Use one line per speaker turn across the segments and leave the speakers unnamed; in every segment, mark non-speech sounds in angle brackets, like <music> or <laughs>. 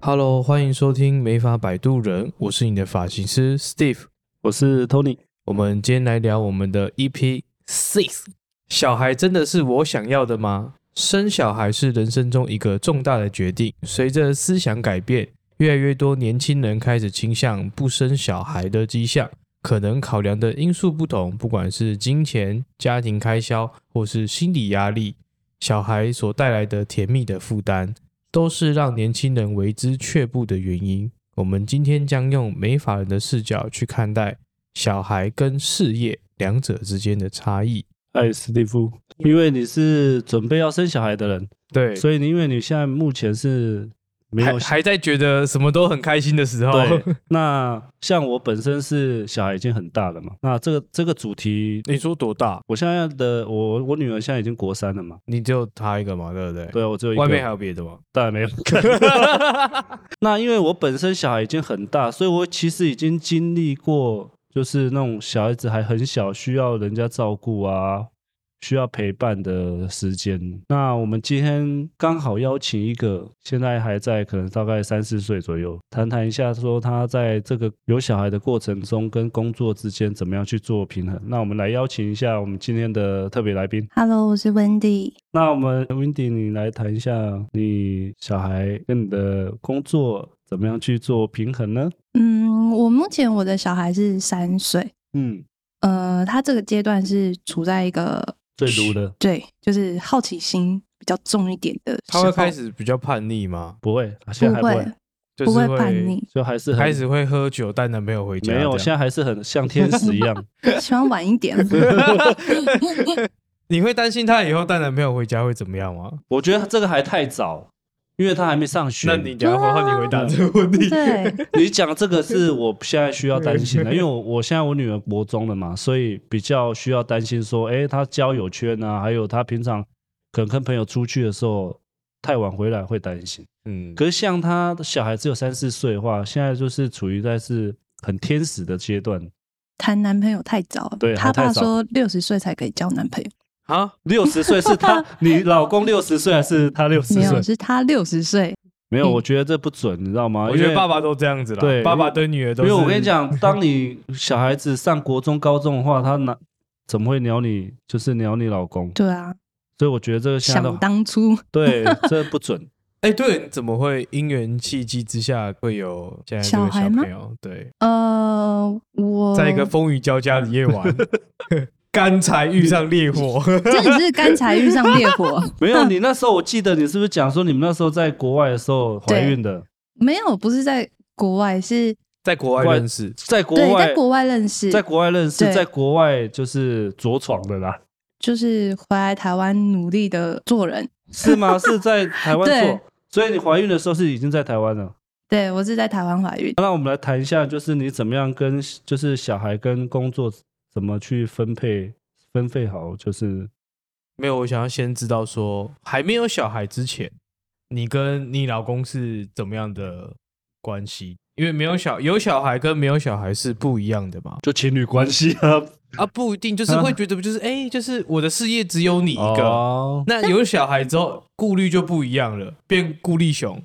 Hello，欢迎收听《美发摆渡人》，我是你的发型师 Steve。
我是 Tony。
我们今天来聊我们的 EP Six。小孩真的是我想要的吗？生小孩是人生中一个重大的决定。随着思想改变，越来越多年轻人开始倾向不生小孩的迹象。可能考量的因素不同，不管是金钱、家庭开销，或是心理压力，小孩所带来的甜蜜的负担，都是让年轻人为之却步的原因。我们今天将用美法人的视角去看待小孩跟事业两者之间的差异。
哎，史蒂夫，因为你是准备要生小孩的人，
对，
所以你因为你现在目前是没
还
有
还哦在觉得什么都很开心的时候， <laughs>
对。 <laughs> 那像我本身是小孩已经很大了嘛，那这个这个主题，
你说多大？
我现在的我我女儿现在已经国三了嘛，
你只有他一个嘛，对不对？
对啊我只有一个，
外面还有别的
<laughs>
吗？
当然没有。那因为我本身小孩已经很大，所以我其实已经经历过，就是那种小孩子还很小，需要人家照顾啊，需要陪伴的时间。那我们今天刚好邀请一个现在还在可能大概三四岁左右，谈谈一下说他在这个有小孩的过程中跟工作之间怎么样去做平衡。那我们来邀请一下我们今天的特别来宾，
Hello，我是 Wendy。
那我们 Wendy，你来谈一下你小孩跟你的工作怎么样去做平衡呢？
嗯，我目前我的小孩是三岁，
嗯，
呃，他这个阶段是处在一个
最毒的
对，就是好奇心比较重一点的时
他
候，
会开始比较叛逆吗？
不会，现在还
不
会
会，
就是
不会叛逆， <laughs>
就还是很
开始会喝酒，带男朋友回家。
没有，
这
现
样
在还是很像天使一样。
喜欢晚一点。
<laughs>
<laughs>
你会担心他以后带男朋友回家会怎么样吗？
我觉得这个还太早，因为他还没上学。
那你等一下换你回答这个问题。 <laughs> 嗯
对，
你讲这个是我现在需要担心的，因为我我现在我女儿国中了嘛，所以比较需要担心说，哎，她交友圈啊，还有她平常可能跟朋友出去的时候太晚回来会担心。
嗯，
可是像他的小孩只有三四岁的话，现在就是处于在是很天使的阶段，
谈男朋友太早了，
对
他爸
还太早
说六十岁才可以交男朋友，
啊，
六十岁是
<laughs>
他，你老公六十岁还是他六十
没
岁？
有，是他六十岁。
没有，我觉得这不准，你知道吗？
我觉
因
得
为
爸爸都这样子啦，
对
爸爸对女儿都
因
是。
为我跟你，讲，当你小孩子上国中、高中的话，他哪怎么会鸟你？就是鸟你老公，
对啊，
所以我觉得这个现在
想
都
当初，
对，这不
<laughs>
准。
哎，对，你怎么会因缘契机之下会有现在这个
小孩吗
朋友？对，
呃，我
在一个风雨交加的夜晚，
哦
<laughs> 干柴遇上烈 <laughs> 火，
真的是干柴遇上烈火，
<laughs>
没有，你那时候我记得你是不是讲说你们那时候在国外的时候怀
对
孕的，
没有，不是在国外，是
在国外认识。
在国
对，
外
在国外认识，
在国外认识，
对
在国外就是着床的啦，
就是回来台湾努力的做人。
是
<laughs>
吗？是在台湾
对
做，所以你怀孕的时候是已经在台湾了。
对我是在台湾怀孕，
那我们来谈一下，就是你怎么样跟就是小孩跟工作怎么去分配分配好，就是
没有，我想要先知道说，还没有小孩之前，你跟你老公是怎么样的关系？因为没有小有小孩跟没有小孩是不一样的嘛。
就情侣关系 <laughs> 啊，
啊，不一定，就是会觉得不就是哎、就是我的事业只有你一个。
哦、
那有小孩之后，顾虑就不一样了，变顾虑熊。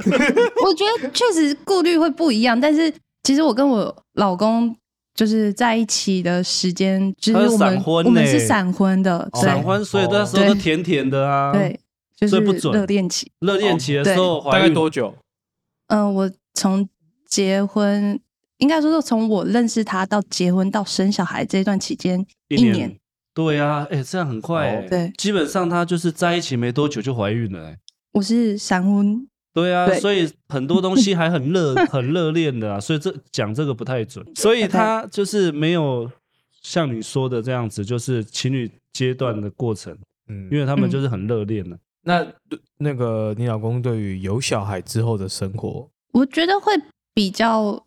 我觉得确实顾虑会不一样，但是其实我跟我老公就是在一起的时间，就
他
是
是
我们
闪婚
我们
呢哦
是闪婚的，哦对
闪婚，所以那时候都甜甜的啊。，
对，哦就
所以不
是
准
热恋期。
热恋期的时候
<laughs> 大
怀
概
孕，
多久？
嗯、我从结婚，应该说是从我认识他到结婚到生小孩这段期间，
一
一年。
对啊，哎、这样很快、
哦
哎
对
基本上他就是在一起没多久就怀孕了、哎
我是闪婚，
对啊，
对
所以很多东西还很 <laughs> 热、很热恋的啊，所以这讲这个不太准。所以他就是没有像你说的这样子，就是情侣阶段的过程，
嗯，
因为他们就是很热恋的。
那那个你老公对于有小孩之后的生活，。
我觉得会比较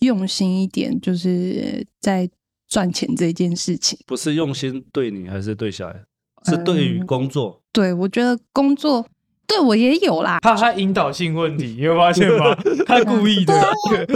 用心一点，就是在赚钱这件事情。
不是用心对你，还是对小孩，是对于工作。
对，我觉得工作对我也有啦
<laughs> <laughs> 他他引导性问题，你有发现 <laughs> 吗？他故意的，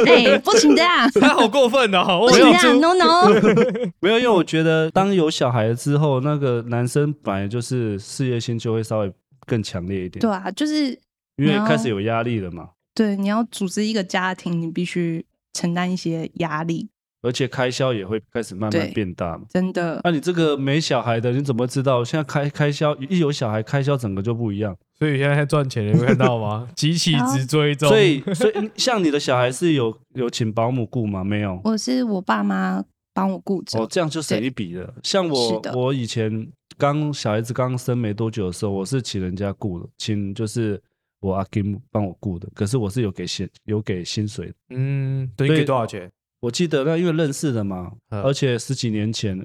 哎、不行这样，
<laughs> 他好过分哦！
不
我
行这
有
样
出
啊，no
<laughs>
no。
没有，因为我觉得当有小孩之后，那个男生本来就是事业心就会稍微更强烈一点，
对啊，就是
因为
然后
哦开始有压力了嘛。
对，你要组织一个家庭，你必须承担一些压力，
而且开销也会开始慢慢
对
变大嘛。
真的。
哎
啊那、你这个没小孩的，你怎么知道？现在开开销一有小孩，开销整个就不一样。
所以现在在赚钱，你会看到吗？极其直追踪，
所以，所以像你的小孩是有有请保姆雇吗？没有。
我是我爸妈帮我顾着，
哦，这样就省一笔了。像
是
我，
的
我以前刚小孩子刚生没多久的时候，我是请人家雇的，请就是我阿金帮我雇的，可是我是有给薪有给薪水的。
嗯，对，
所以
给多少钱？
我记得那因为认识的嘛，
嗯
而且十几年前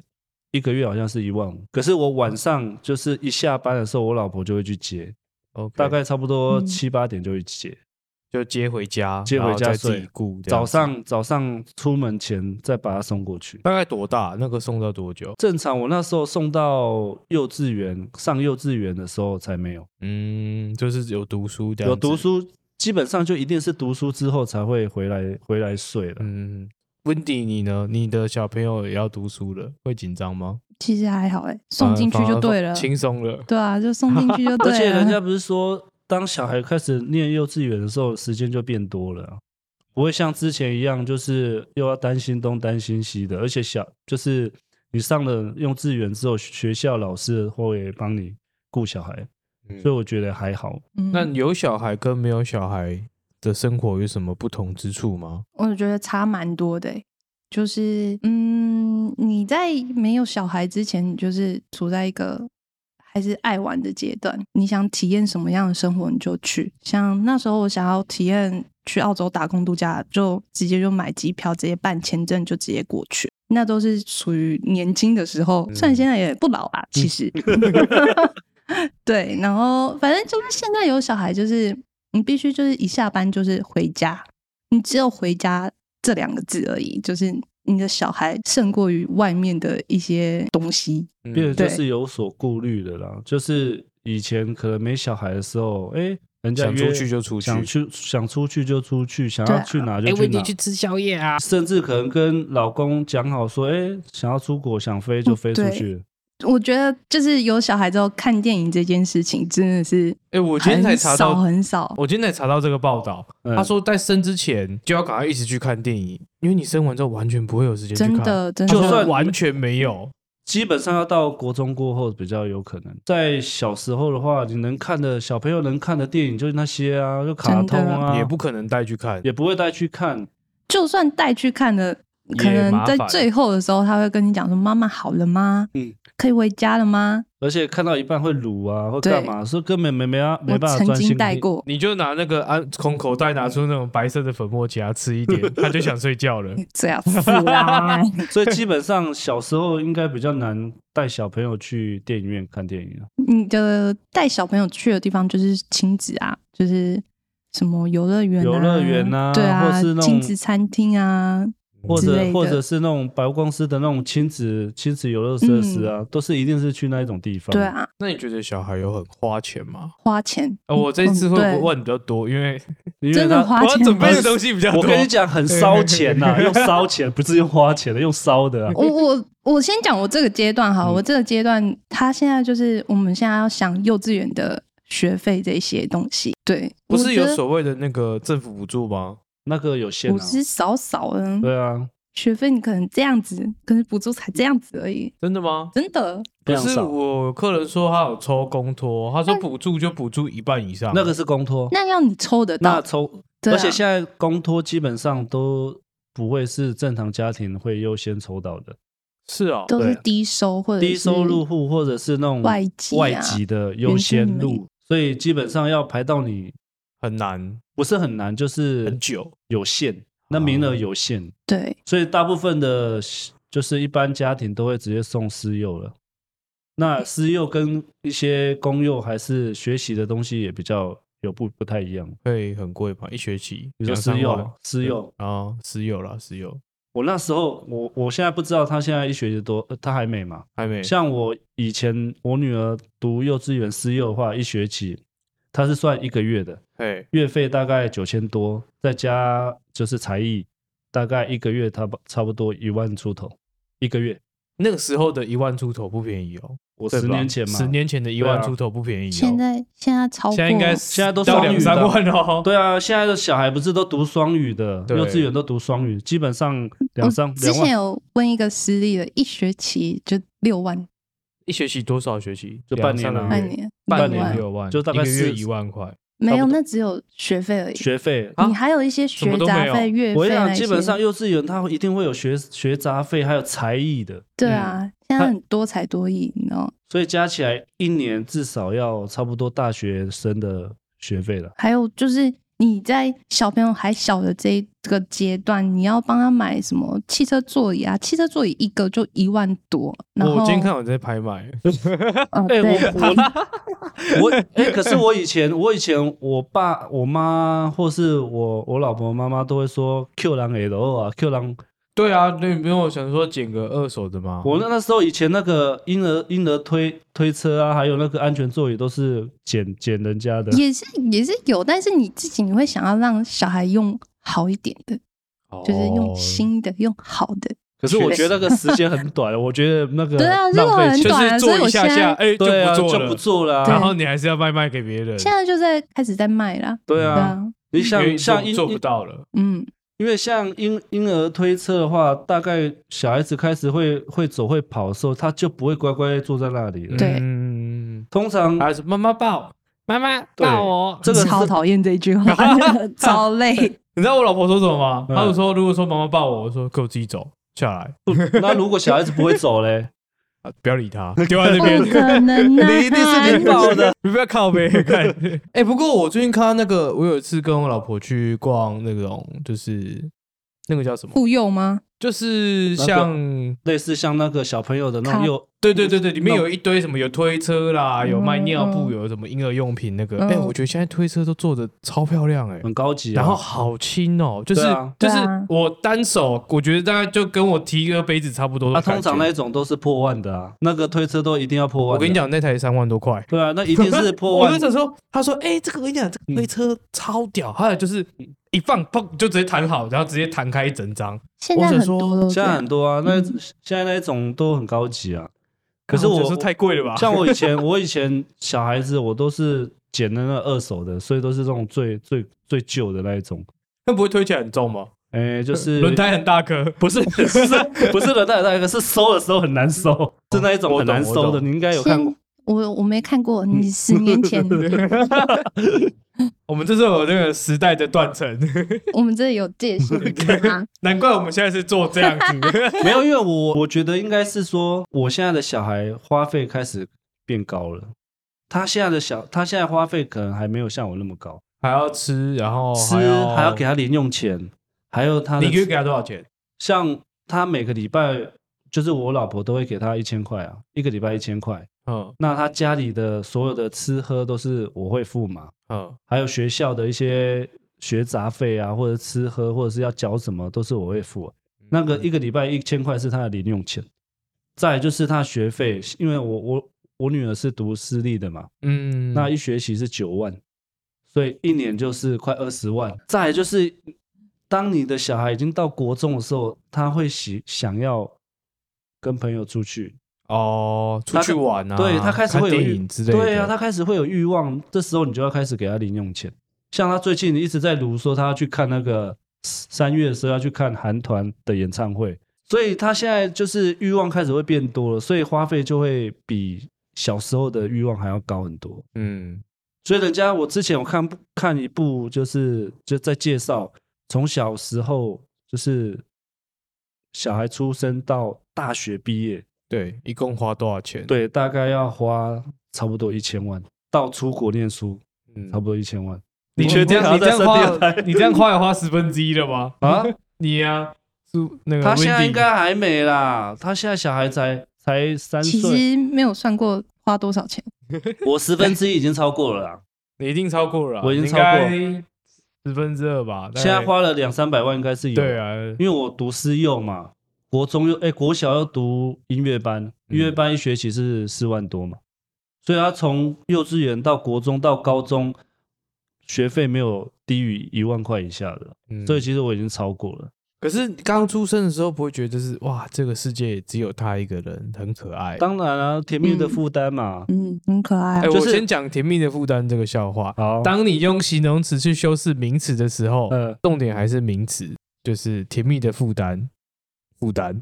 一个月好像是一万五，可是我晚上就是一下班的时候，我老婆就会去接，
OK，
大概差不多
嗯
七八点就会接。
就接回家，
接回
然后
家
再自
睡
己顾。这样
早
子
上早上出门前再把他送过去。
大概多大？那个送到多久？
正常，我那时候送到幼稚园上幼稚园的时候才没有，
嗯，就是有读书这样，
有读，书基本上就一定是读书之后才会回来回来睡了。
嗯。温迪，你呢？你的小朋友也要读书了，会紧张吗？
其实还好哎、送进去
反而
就对了。
呃轻松了。
对啊，就送进
<laughs>
去就对啊
而
了。
且人家不是说，当小孩开始念幼稚园的时候，时间就变多了啊、不会像之前一样，就是又要担心东担心西的。而且小就是你上了幼稚园之后，学校老师会帮你顾小孩，
嗯
所以我觉得还好。
嗯
那有小孩跟没有小孩的生活有什么不同之处吗？
我觉得差蛮多的欸、就是嗯，你在没有小孩之前，你就是处在一个还是爱玩的阶段，你想体验什么样的生活你就去。像那时候我想要体验去澳洲打工度假，就直接就买机票，直接办签证，就直接过去。那都是属于年轻的时候，虽然现在也不老啊，其实。对，然后反正就是现在有小孩，就是你必须就是一下班就是回家，你只有回家这两个字而已，就是你的小孩胜过于外面的一些东西。
嗯
变得就
对
是有所顾虑的啦。就是以前可能没小孩的时候，哎、人家
想
约
出去就出去
想去想出去就出去，想
对
要
啊
去哪就去哪，
吃宵夜啊！
甚至可能跟老公讲好说，哎、想要出国想飞就飞出
嗯
去。
我觉得就是有小孩之后看电影这件事情真的是
哎、我今天才
很
查到
少，很少。
我今天才查到这个报道，
嗯
他说在生之前就要赶快一直去看电影，因为你生完之后完全不会有时间去
真
看，
的，真的，
就
就算
算完全没有，
基本上要到国中过后比较有可能。在小时候的话，你能看的小朋友能看的电影就是那些啊，就卡通
真的
啊，
也不可能带去看。
也不会带去看。
就算带去看的，可
也麻
能在
烦
最后的时候，他会跟你讲说：“妈妈好了吗？
嗯，
可以回家了吗
而且看到一半会撸啊，会干嘛？所以根本没没啊？”没
我
办法
曾
专心
经带
听
过，
你就拿那个啊空口袋拿出那种白色的粉末给他吃一
<laughs>
点，他就想睡觉了。
这样
<laughs>
子啦。
<laughs> 所以基本上小时候应该比较难带小朋友去电影院看电影啊。
你的带小朋友去的地方就是亲子啊，就是什么游乐园、啊、
游乐园啊
对啊，
或是那种嗯
亲子餐厅啊，
嗯
或
之类
者
的
或者是那种百货公司的那种亲子亲子游乐设施啊，都是一定是去那一种地方。
嗯对，啊，
那你觉得小孩有很花钱吗？
花钱。
呃，
哦
我这一次
嗯
会
对
问比较多，因为
因为
真的
他 <laughs>
我
花
要
钱
准备的
吗
东西比较多。
我跟你讲，很烧钱呐、 <laughs> 用烧钱不是用花钱的，用烧的、啊。
我我我先讲我这个阶段哈，
嗯
我这个阶段他现在就是我们现在要想幼稚园的学费这些东西，对，
不是有
我觉得
所谓的那个政府补助吗？
那个有限
五
啊，
十少少嗯，
对啊，
学费你可能这样子，可是补助才这样子而已，
真的吗？
真的。
非
可
常
是
少。
我客人说他有抽公托，他说补助就补助一半以上。
那个是公托，
那要你抽得
那
到，
抽，
对啊
而且现在公托基本上都不会是正常家庭会优先抽到的。
是哦，
都是
对
低收或者
低收
是
入户或者是那种
外籍啊
外籍的优先路，所以基本上要排到你
很难
不是很哦难，就是
很久。
有限，那名额有限，
对，
所以大部分的就是一般家庭都会直接送私幼了。那私幼跟一些公幼还是学习的东西也比较有不不太一样。
会很贵吧？一学期
你说
两
私
三
幼
万
啊，私幼，
啊，私有啦，私有
我那时候我我现在不知道他现在一学期多，呃他还没嘛？
还没
像我以前我女儿读幼稚园私幼的话，一学期她是算一个月的，
哎，
月费大概九千多，再加就是才艺，大概一个月差不差不多一万出头，一个月
那个时候的一万出头不便宜哦，
我
对
十
吧
年前嘛，
十年前的一
对啊
万出头不便宜哦。
现在现在超过
现在应该
现在都
到
双
两
语
三
的
万哦。
对啊，现在的小孩不是都读双语的，
对
幼稚园都读双语，基本上两三
我之
两
前
万
有问一个私立的，一学期就六万
一学期多少学期？
就半年啊
两三个月
半年，
半
半
年
年
六万，
就大概
一个月
四
一万块。
没
差
有，
不多
那只有学费而已。
学费。
啊
你还有一些
什
学
么都没
杂
有
费、月
我
费
想
那
基本
些
上幼稚园它会一定会有学学杂费，还有才艺的，
对
嗯
啊，现
他
在很多才多艺，你知道吗，
所以加起来一年至少要差不多大学生的学费了。
还有就是你在小朋友还小的这一这个阶段，你要帮他买什么汽车座椅啊？汽车座椅一个就一万多，然后
我今天看我在拍卖，
呃
哎、
对
我我我哎、可是我以前我以前我爸我妈或是我我老婆妈妈都会说 Q 狼 L 啊 Q 狼
<laughs> 对啊，那你没有想说捡个二手的吗？
我那那时候以前那个婴儿婴儿推推车啊，还有那个安全座椅都是捡捡人家的，
也是也是有，但是你自己你会想要让小孩用好一点的，就是用
哦。
新的，用好的。
可是我觉得那个时间很短，我觉得那个
对啊这个
浪费
很
钱
就
短
是
啊
做
所以
一
我
下
现在
下，哎，就
对啊，
不做
就
了
不，做了
对
然
啊。
后你还是要卖卖给别人，
现在就在开始在卖啦，
对
对
啊，
啊，
你
因
像
为
像
做
婴
做不到了。
嗯，
因为像婴婴儿推车的话，大概小孩子开始会会走会跑的时候，他就不会乖乖坐在那里了。
对
嗯，
通常
还是妈妈抱，妈妈抱我。
这个
超
是
讨厌这句
<laughs>
话，超累。
你知道我老婆说什么吗？
嗯
她有说，如果说妈妈抱我，我说给我自己走下来，
那如果小孩子不会走嘞，
啊不要理她， <laughs> 丢在那
不 <laughs>
边。
可能啊！
<laughs> 你一定是你抱
<laughs>
的。
你不要靠背看。哎、不过我最近看到那个，我有一次跟我老婆去逛那种，就是那个叫什么，
妇幼吗？
就是
那个
像、
类似像那个小朋友的那种
卡
幼，
对对对对，里面有一堆什么有推车啦，
嗯
有卖尿布，
嗯
有什么婴儿用品那个。哎、
嗯
我觉得现在推车都做的超漂亮哎、
很高级啊、
然后好轻哦、就是、
对啊
就是
对啊
我单手，我觉得大概就跟我提一个杯子差不多
那、
的感
通
觉。
常那一种都是破万的啊，那个推车都一定要破万。
我跟你，讲，那台三万多块，
对啊，那一定是破
<laughs> 我
万
就。想说，他说：“哎、这个我跟你讲，这个推车超屌，还有就是一放砰就直接弹好，然后直接弹开一整张。
现在很多都这
现在
样
很，多啊，那、
嗯
现在那一种都很高级啊。可是
然后
我
觉得说太贵了吧？
<laughs> 像我以前，我以前小孩子我都是捡的那个二手的，所以都是这种最最最旧的那一种。
那不会推起来很重吗？
哎、就是
轮胎很大颗，
不是不是 <laughs> 不是轮胎，那个是收的时候很难收，是那一种很难
哦我
收
懂我
的。
懂
你应该有看过嗯
先，我我没看过，你十
<laughs>
年前，
<laughs> 我们这是有那个时代的断层， <laughs>
我们这里有界限啊。
难怪我们现在是做这样
<laughs>
子。
没有？因为我我觉得应该是说，我现在的小孩花费开始变高了。他现在的小，他现在花费可能还没有像我那么高，
还要吃，然后
吃
要
还要给他零用钱，还有他
哦你
的
一个月给他多少钱？
像他每个礼拜，就是我老婆都会给他一千块啊，一个礼拜一千块。
嗯
那他家里的所有的吃喝都是我会付嘛，
嗯，
还有学校的一些学杂费啊，或者吃喝，或者是要缴什么，都是我会付啊、那个一个礼拜一千块是他的零用钱，再来就是他学费，因为我我我女儿是读私立的嘛，
嗯，
那一学期是九万，所以一年就是快二十万。再来就是，当你的小孩已经到国中的时候，他会喜想要跟朋友出去，
哦，出
他
去
开
玩啊，
对他开始
看
会有
电
欲
影之类的。
对啊，他开始会有欲望，这时候你就要开始给他零用钱。像他最近一直在如说他要去看那个三月的时候要去看韩团的演唱会，所以他现在就是欲望开始会变多了，所以花费就会比小时候的欲望还要高很多。
嗯
所以人家我之前有看看一部，就是就在介绍从小时候就是小孩出生到大学毕业，
对，一共花多少钱？，
对，大概要花差不多一千万，到出国念书
嗯
差不多一千万。
你
确定还
你
要
这
再
样
生第二
花
胎， <laughs>
你这样花也花十分之一了 <laughs> 吗？
啊？
你呀、是那个
他现在
Wendy
应该还没啦，他现在小孩才才三
其
岁，
实没有算过花多少钱，
我十分之一已经超过了啦，
你一定超过了啦，
我已经超过
十分之二吧。大
<laughs> 现在
概
花了两三百万应该是有。
对啊，
因为我读私幼嘛，国中又哎、国小又读音乐班，音乐班一学期是四万多嘛，所以他从幼稚园到国中到高中，学费没有低于一万块以下的，
嗯
所以其实我已经超过了。
可是刚出生的时候不会觉得是哇，这个世界只有他一个人，很可爱。
当然啊，甜蜜的负担嘛。
嗯，很可爱
哎、
啊。
就
我
是
先讲甜蜜的负担这个笑话。
好，
当你用形容词去修饰名词的时候，
呃，
重点还是名词，就是甜蜜的负担，负担。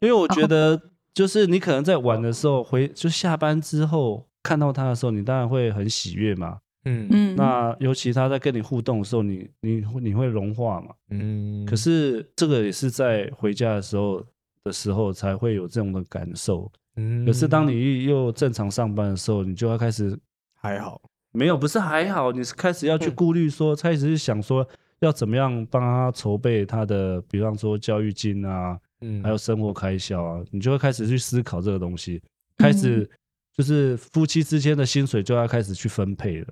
因为我觉
哦
得就是你可能在玩的时候回就下班之后看到他的时候，你当然会很喜悦嘛。
嗯
嗯，
那尤其他在跟你互动的时候，你你你会融化嘛。
嗯，
可是这个也是在回家的时候的时候才会有这种的感受。
嗯
可是当你又正常上班的时候，你就要开始
还好，
没有，不是还好，你是开始要去
嗯
顾虑说，开始是想说要怎么样帮他筹备他的，比方说教育金啊，
嗯，
还有生活开销啊，你就会开始去思考这个东西，开始就是夫妻之间的薪水就要开始去分配了。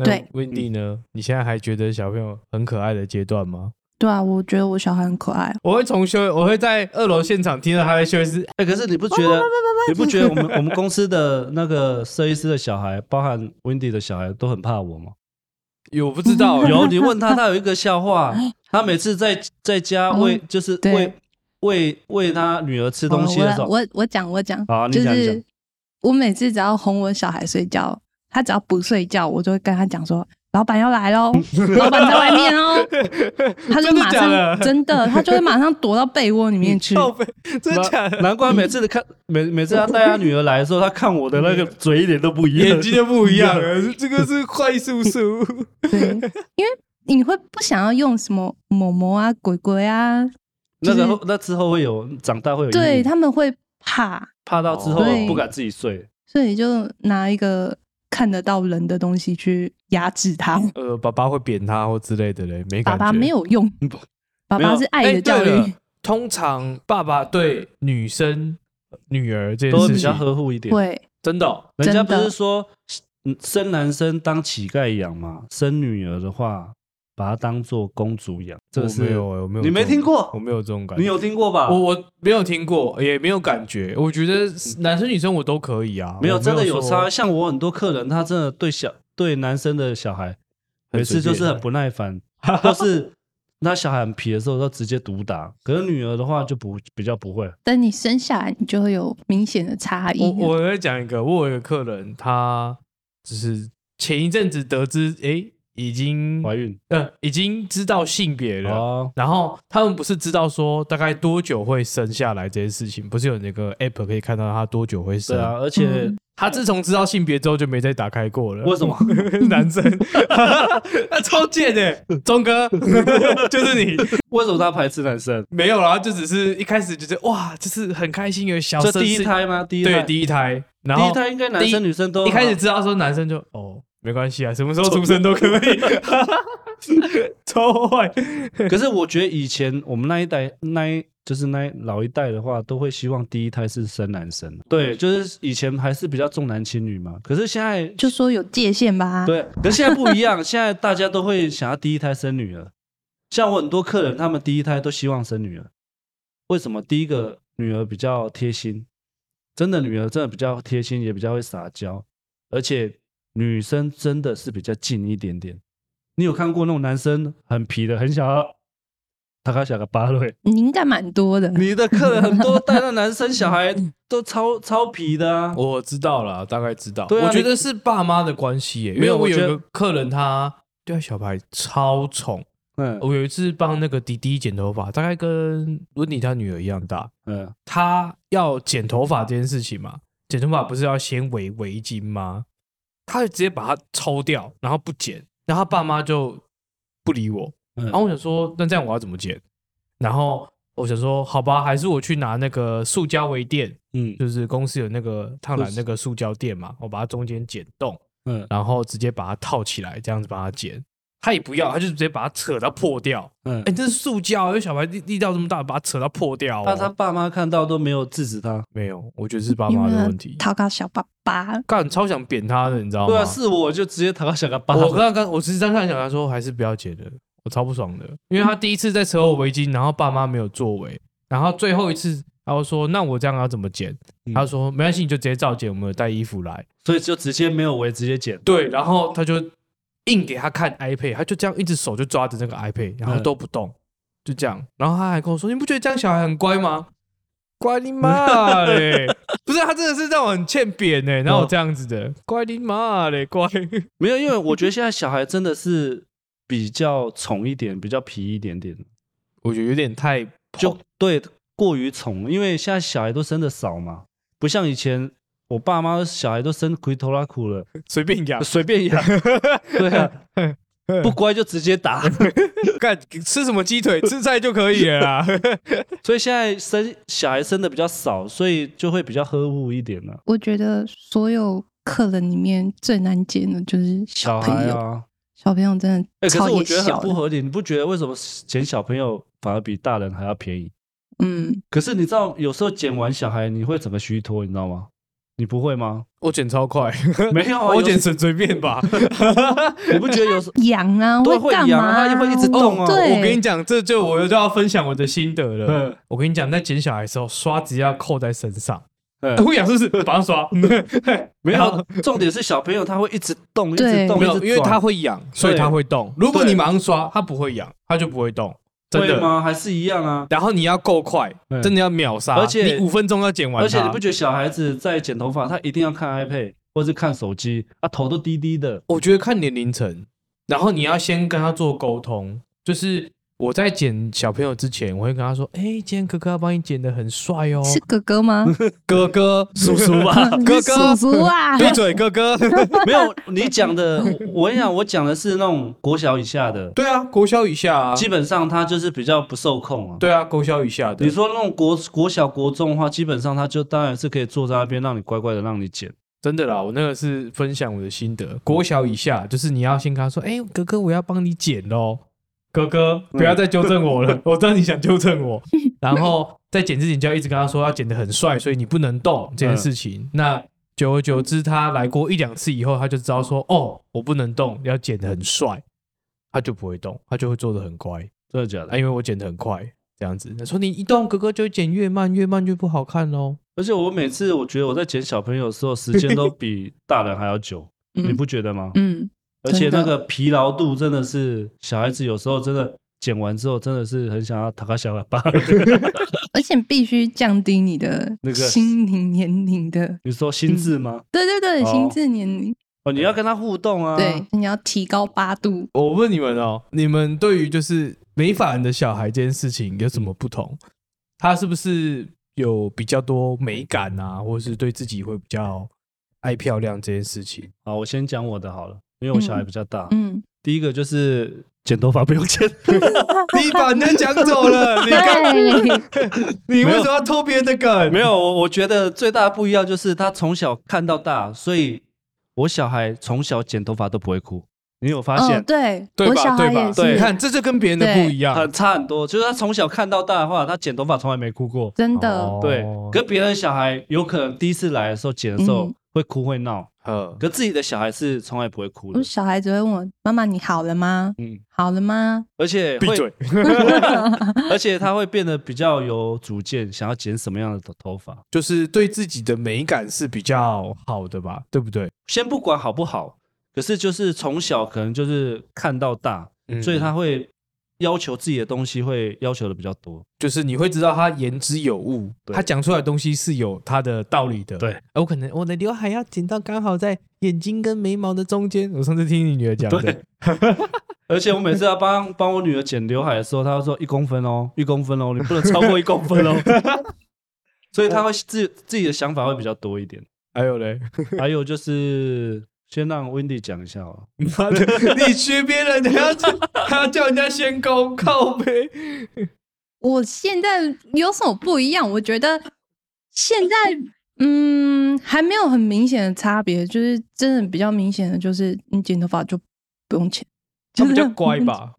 那
对
Wendy 呢？你现在还觉得小朋友很可爱的阶段吗？
对啊，我觉得我小孩很可爱。
我会从修，我会在二楼现场听到他在修饰。
哎、可是你不觉得？你不觉得我们我们公司的那个设计师的小孩，包含 Wendy 的小孩，都很怕我吗？
<laughs> 有我不知道欸，
有，你问他，他有一个笑话，他每次在在家喂，
嗯
就是
对
喂喂喂他女儿吃
好
东西的时候，
我我我讲我讲，
好啊你
就
讲你
是
讲
我每次只要哄我小孩睡觉，他只要不睡觉，我就会跟他讲说。老板要来
<laughs>
喽，老板在外面哦，他就
真的
马
假
上
的
真的，他就会马上躲到被窝里
<laughs>
面去。
靠背，真的假
难
的？
难怪每次看每每次他带他女儿来的时候，他看我的那个嘴一点都不一样，
眼睛就不一样 <laughs> 了，这个是坏叔叔。 <laughs>
对，因为你会不想要用什么某某啊、鬼鬼啊，
那
就是
个那之后会有长大会有阴
对
影
他们会怕，
怕到之后
对
不敢自己睡。
所以就拿一个看得到人的东西去压制他。
呃，爸爸会扁他或之类的嘞，没
爸
感
爸
觉
没有用，
嗯
爸
没有
爸是爱
哎，
的教
对了
育。，
通常爸爸对女生、呃女儿这件
都会
事
比较
情，
呵护一点。
会，
真的哦
人家
真
不
的
是说嗯生男生当乞丐养嘛，生女儿的话把她当做公主养，这个
我
是
没有欸，我没有，
你没听，
我
过？
没有这种感觉。
你有听过吧？
我我没有听过，也没有感觉。我觉得男生女生我都可以啊，
嗯没有，
我
真的有
说
差。像我很多客人，他真的对小对男生的小孩，
很
每次
随
就是
便
很不
<laughs>
耐烦，都是那小孩很皮的时候，他直接毒打。可是女儿的话就不比较不会。
等你生下来，你就会有明显的差异。
我我会讲一个，我有一个客人，他只是前一阵子得知，诶，已经
怀孕
呃，已经知道性别了。
哦，
然后他们不是知道说大概多久会生下来这件事情，不是有那个 app 可以看到他多久会
对
生？
啊，而且
嗯
他自从知道性别之后就没再打开过了。
为什么？
<laughs> 男生，他超贱的，钟哥 <laughs> 就是你，
为什么他排斥男生？
没有啦，就只是一开始就是哇，就是很开心有小
这
生
第一
是
胎吗？第一
对
胎，
第一胎，然
第一
后
胎应该男生
第一
女生都
一开始知道说男生就哦没关系啊，什么时候出生都可
<laughs>
以，超坏，
可是我觉得以前我们那一代，那一就是那一老一代的话，都会希望第一胎是生男生。对，就是以前还是比较重男轻女嘛。可是现在
就说有界限吧。
对，可是现在不一样，现在大家都会想要第一胎生女儿。像我很多客人，他们第一胎都希望生女儿。为什么？第一个女儿比较贴心，真的女儿真的比较贴心，也比较会撒娇，而且女生真的是比较近一点点。你有看过那种男生很皮的，很想要他刚想个巴
<laughs>
瑞，
你应该蛮多的。
你的客人很多带那男生小孩 <laughs> 都超超皮的啊。
我知道了，大概知道。
对啊
我觉
你
得是爸妈的关系耶，因
没
为
有
我
我
有
觉
一
得
个客人他对小孩超宠。
嗯
我有一次帮那个迪迪剪头发，大概跟温妮她女儿一样大。
嗯，
她要剪头发这件事情嘛，剪头发不是要先围围巾吗？她就直接把它抽掉，然后不剪，然后她爸妈就不理我。
然
然后我想说，那这样我要怎么剪？然后我想说，好吧，还是我去拿那个塑胶微垫，
嗯
就是公司有那个烫染
就是
那个塑胶垫嘛，我把它中间剪洞，
嗯
然后直接把它套起来，这样子把它剪。他也不要，他就直接把它扯到破掉。
嗯
哎、，这是塑胶，因为小白力力道这么大，把它扯到破掉、哦。
但他爸妈看到都没有制止他。
没有，我觉得是爸
因
妈
为
的
他
问题。
讨好小爸爸，
干超想扁他的，你知道吗？
对啊，是我就直接讨到小个巴
我刚刚我其实刚刚想他说还是不要剪了，我超不爽的，因为他第一次在扯我围巾，然后爸妈没有作为，然后最后一次他就说那我这样要怎么剪？
嗯
他说没关系，你就直接照剪，我们有带衣服来。
所以就直接没有围，直接剪。
对，嗯然后他就硬给他看 iPad，他就这样一只手就抓着那个 iPad，然后都不动，就这样。然后他还跟我说：“你不觉得这样小孩很乖吗？”乖你妈嘞！ <laughs> 不是，他真的是让我很欠扁呢、然后我这样子的，乖你妈嘞，乖。
没有，因为我觉得现在小孩真的是比较宠一点，比较皮一点点，
<laughs>
<laughs>
我觉得有点太
就对过于宠，因为现在小孩都生的少嘛，不像以前我爸妈小孩都生奎头拉苦了，
随便养，
<laughs> 随便养， <laughs> 对 <laughs> 啊，不乖就直接打，
<laughs>
<laughs>
干吃什么鸡腿吃菜就可以了啦。
所以现在生小孩生的比较少，所以就会比较呵护一点了、
我觉得所有客人里面最难煎的就是
小
小朋
孩
友，
啊，
小朋友真
哎、
的
可
超
是我
也
觉得很
小
不
的，
合理，你不觉得为什么捡小朋友反而比大人还要便宜？
嗯，
可是你知道，有时候捡完小孩，你会整个虚脱，你知道吗？你不
<laughs>
会吗？
<laughs> 我剪超快，
没有啊，
我
有
剪随随便 <laughs> 吧。
你不觉得
<laughs>
有时候
痒啊，
对
干
会
嘛
痒啊
啊？
它就会一直动啊
对，
我跟你讲，这就我就要分享我的心得了
嗯。
我跟你讲，在剪小孩的时候，刷子要扣在身
<laughs>
上，
嗯
会痒是不是？马上 <laughs> 刷，
没
然后
有？重点是小朋友他会一直动，一直
对
动，
没
一
有，
直
因为
转
它会痒，所以它会动。如果
对
你马上刷，它不会痒，它就不会动，真
会
的。
吗？还是一样啊。
然后你要够快，
嗯
真的要秒杀，
而且
你五分钟要剪完它。
而且你不觉得小孩子在剪头发，他一定要看 iPad 或是看手机啊，头都低
<laughs>
低的。
我觉得看年龄层，然后你要先跟他做沟通，就是我在剪小朋友之前，我会跟他说：“哎、今天哥哥要帮你剪的很帅哦，
是哥
<laughs>
哥吗？
哥哥叔叔
<laughs>
吧，
你
哥
是叔
哥
叔
<laughs>
啊，
闭嘴，哥哥。
没有，你讲的，我我跟你讲，我讲的是那种国小以下的”，
对啊，国小以下啊，
基本上他就是比较不受控啊。
对啊，国小以下的
你。说那种国国小国中的话，基本上他就当然是可以坐在那边让你乖乖的让你剪。
真的啦，我那个是分享我的心得。国小以下，就是你要先跟他说：“哎、哥哥，我要帮你剪嗯喽。”哥哥，不要再纠正我 <laughs> 了，我知道你想纠正 <laughs> 我。然后在剪之前就要一直跟他说要剪得很帅，所以你不能动这件事情。那久而久之，他来过一两次以后，他就知道说：“哦，我不能动，要剪得很帅。”他就不会动，他就会做得很乖。
真的假
啊，
的？
因为我剪得很快，这样子。他说：“你一动，哥哥就会剪越慢，越慢越不好看喽。
而且我每次我觉得我在剪小朋友的时候，时间都比大人还要久，你
嗯
不觉得吗？
嗯，
而且
真的
那个疲劳度真的是小孩子有时候真的剪完之后真的是很想要打个小喇
<laughs>
叭。
而且必须降低你的
那个
心灵年龄的，
你说心智吗？
对对对，
哦
心智年龄，
哦，你要跟他互动啊。
对，你要提高八度。
我问你们哦，你们对于就是美法人的小孩这件事情有什么不同？他是不是有比较多美感啊，或是对自己会比较爱漂亮这件事情？
好，我先讲我的好了，因为我小孩比较大。
嗯，
第一个就是剪头发不用
<laughs>
<laughs>
剪，
你把人家讲走了，你干
对，
你为什么要偷别人的梗？
<laughs> 没有，我我觉得最大的不一样就是他从小看到大，所以我小孩从小剪头发都不会哭。你有发现
嗯，？对，
对
我
吧？
小
对
孩
吧？
也
你
是，
看这就跟别人的不一样
很。差很多，就是他从小看到大的话，他剪头发从来没哭过。
真
哦
的，
对，跟别人小孩有可能第一次来的时候剪的时候
嗯
会哭会闹，
呃，
可自己的小孩是从来不会哭的
我。小孩只会问我妈妈：“你好了吗？
嗯，
好了吗 <laughs>
而且
闭
会，
嘴！
而且他会变得比较有主见，想要剪什么样的头头发。
就是对自己的美感是比较好的吧，对不对？
先不管好不好，可是就是从小可能就是看到大，
嗯
所以他会要求自己的东西会要求的比较多。
就是你会知道他言之有物，
对
他讲出来的东西是有他的道理的。
对
哎，我可能我的刘海要剪到刚好在眼睛跟眉毛的中间。我上次听你女儿讲的 <laughs>
对，而且我每次要帮帮我女儿剪刘海的时候，她会说一公分哦，一公分哦，你不能超过一
<laughs>
公分哦。所以她会自自己的想法会比较多一点。
还有哎嘞，
还有就是，先让 Wendy 讲一下哦。
妈的，你学别人，还要还要叫人家先攻靠背，？”
我现在有什么不一样？我觉得现在，嗯，还没有很明显的差别，就是真的比较明显的就是你剪头发就不用钱，
他
就是
比较乖 <laughs> 吧？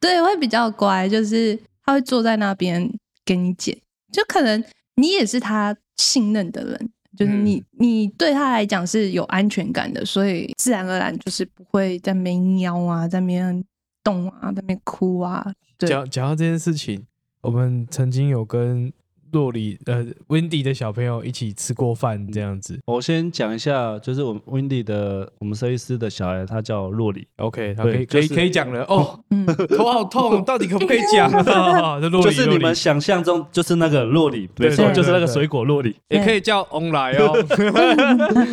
对，会比较乖，就是他会坐在那边给你剪，就可能你也是他信任的人，就是你、
嗯
你对他来讲是有安全感的，所以自然而然就是不会在那边喵啊，在那边
<laughs>
动啊，在那边哭啊。对
讲讲到这件事情，我们曾经有跟洛里呃 Wendy 的小朋友一起吃过饭这样子。
我先讲一下，就是我们 Wendy 的我们设计师的小孩，他叫洛里，
OK，他可
对
以可
就
以
是
可以讲了哦，
嗯，
头好痛，到底可不可以讲
<laughs>
啊？这洛
就
里
是
洛
你
里
们想象中就是那个洛里，
对
没错，
对
就是那个
对
水果洛里。
也可以叫 On 来哦。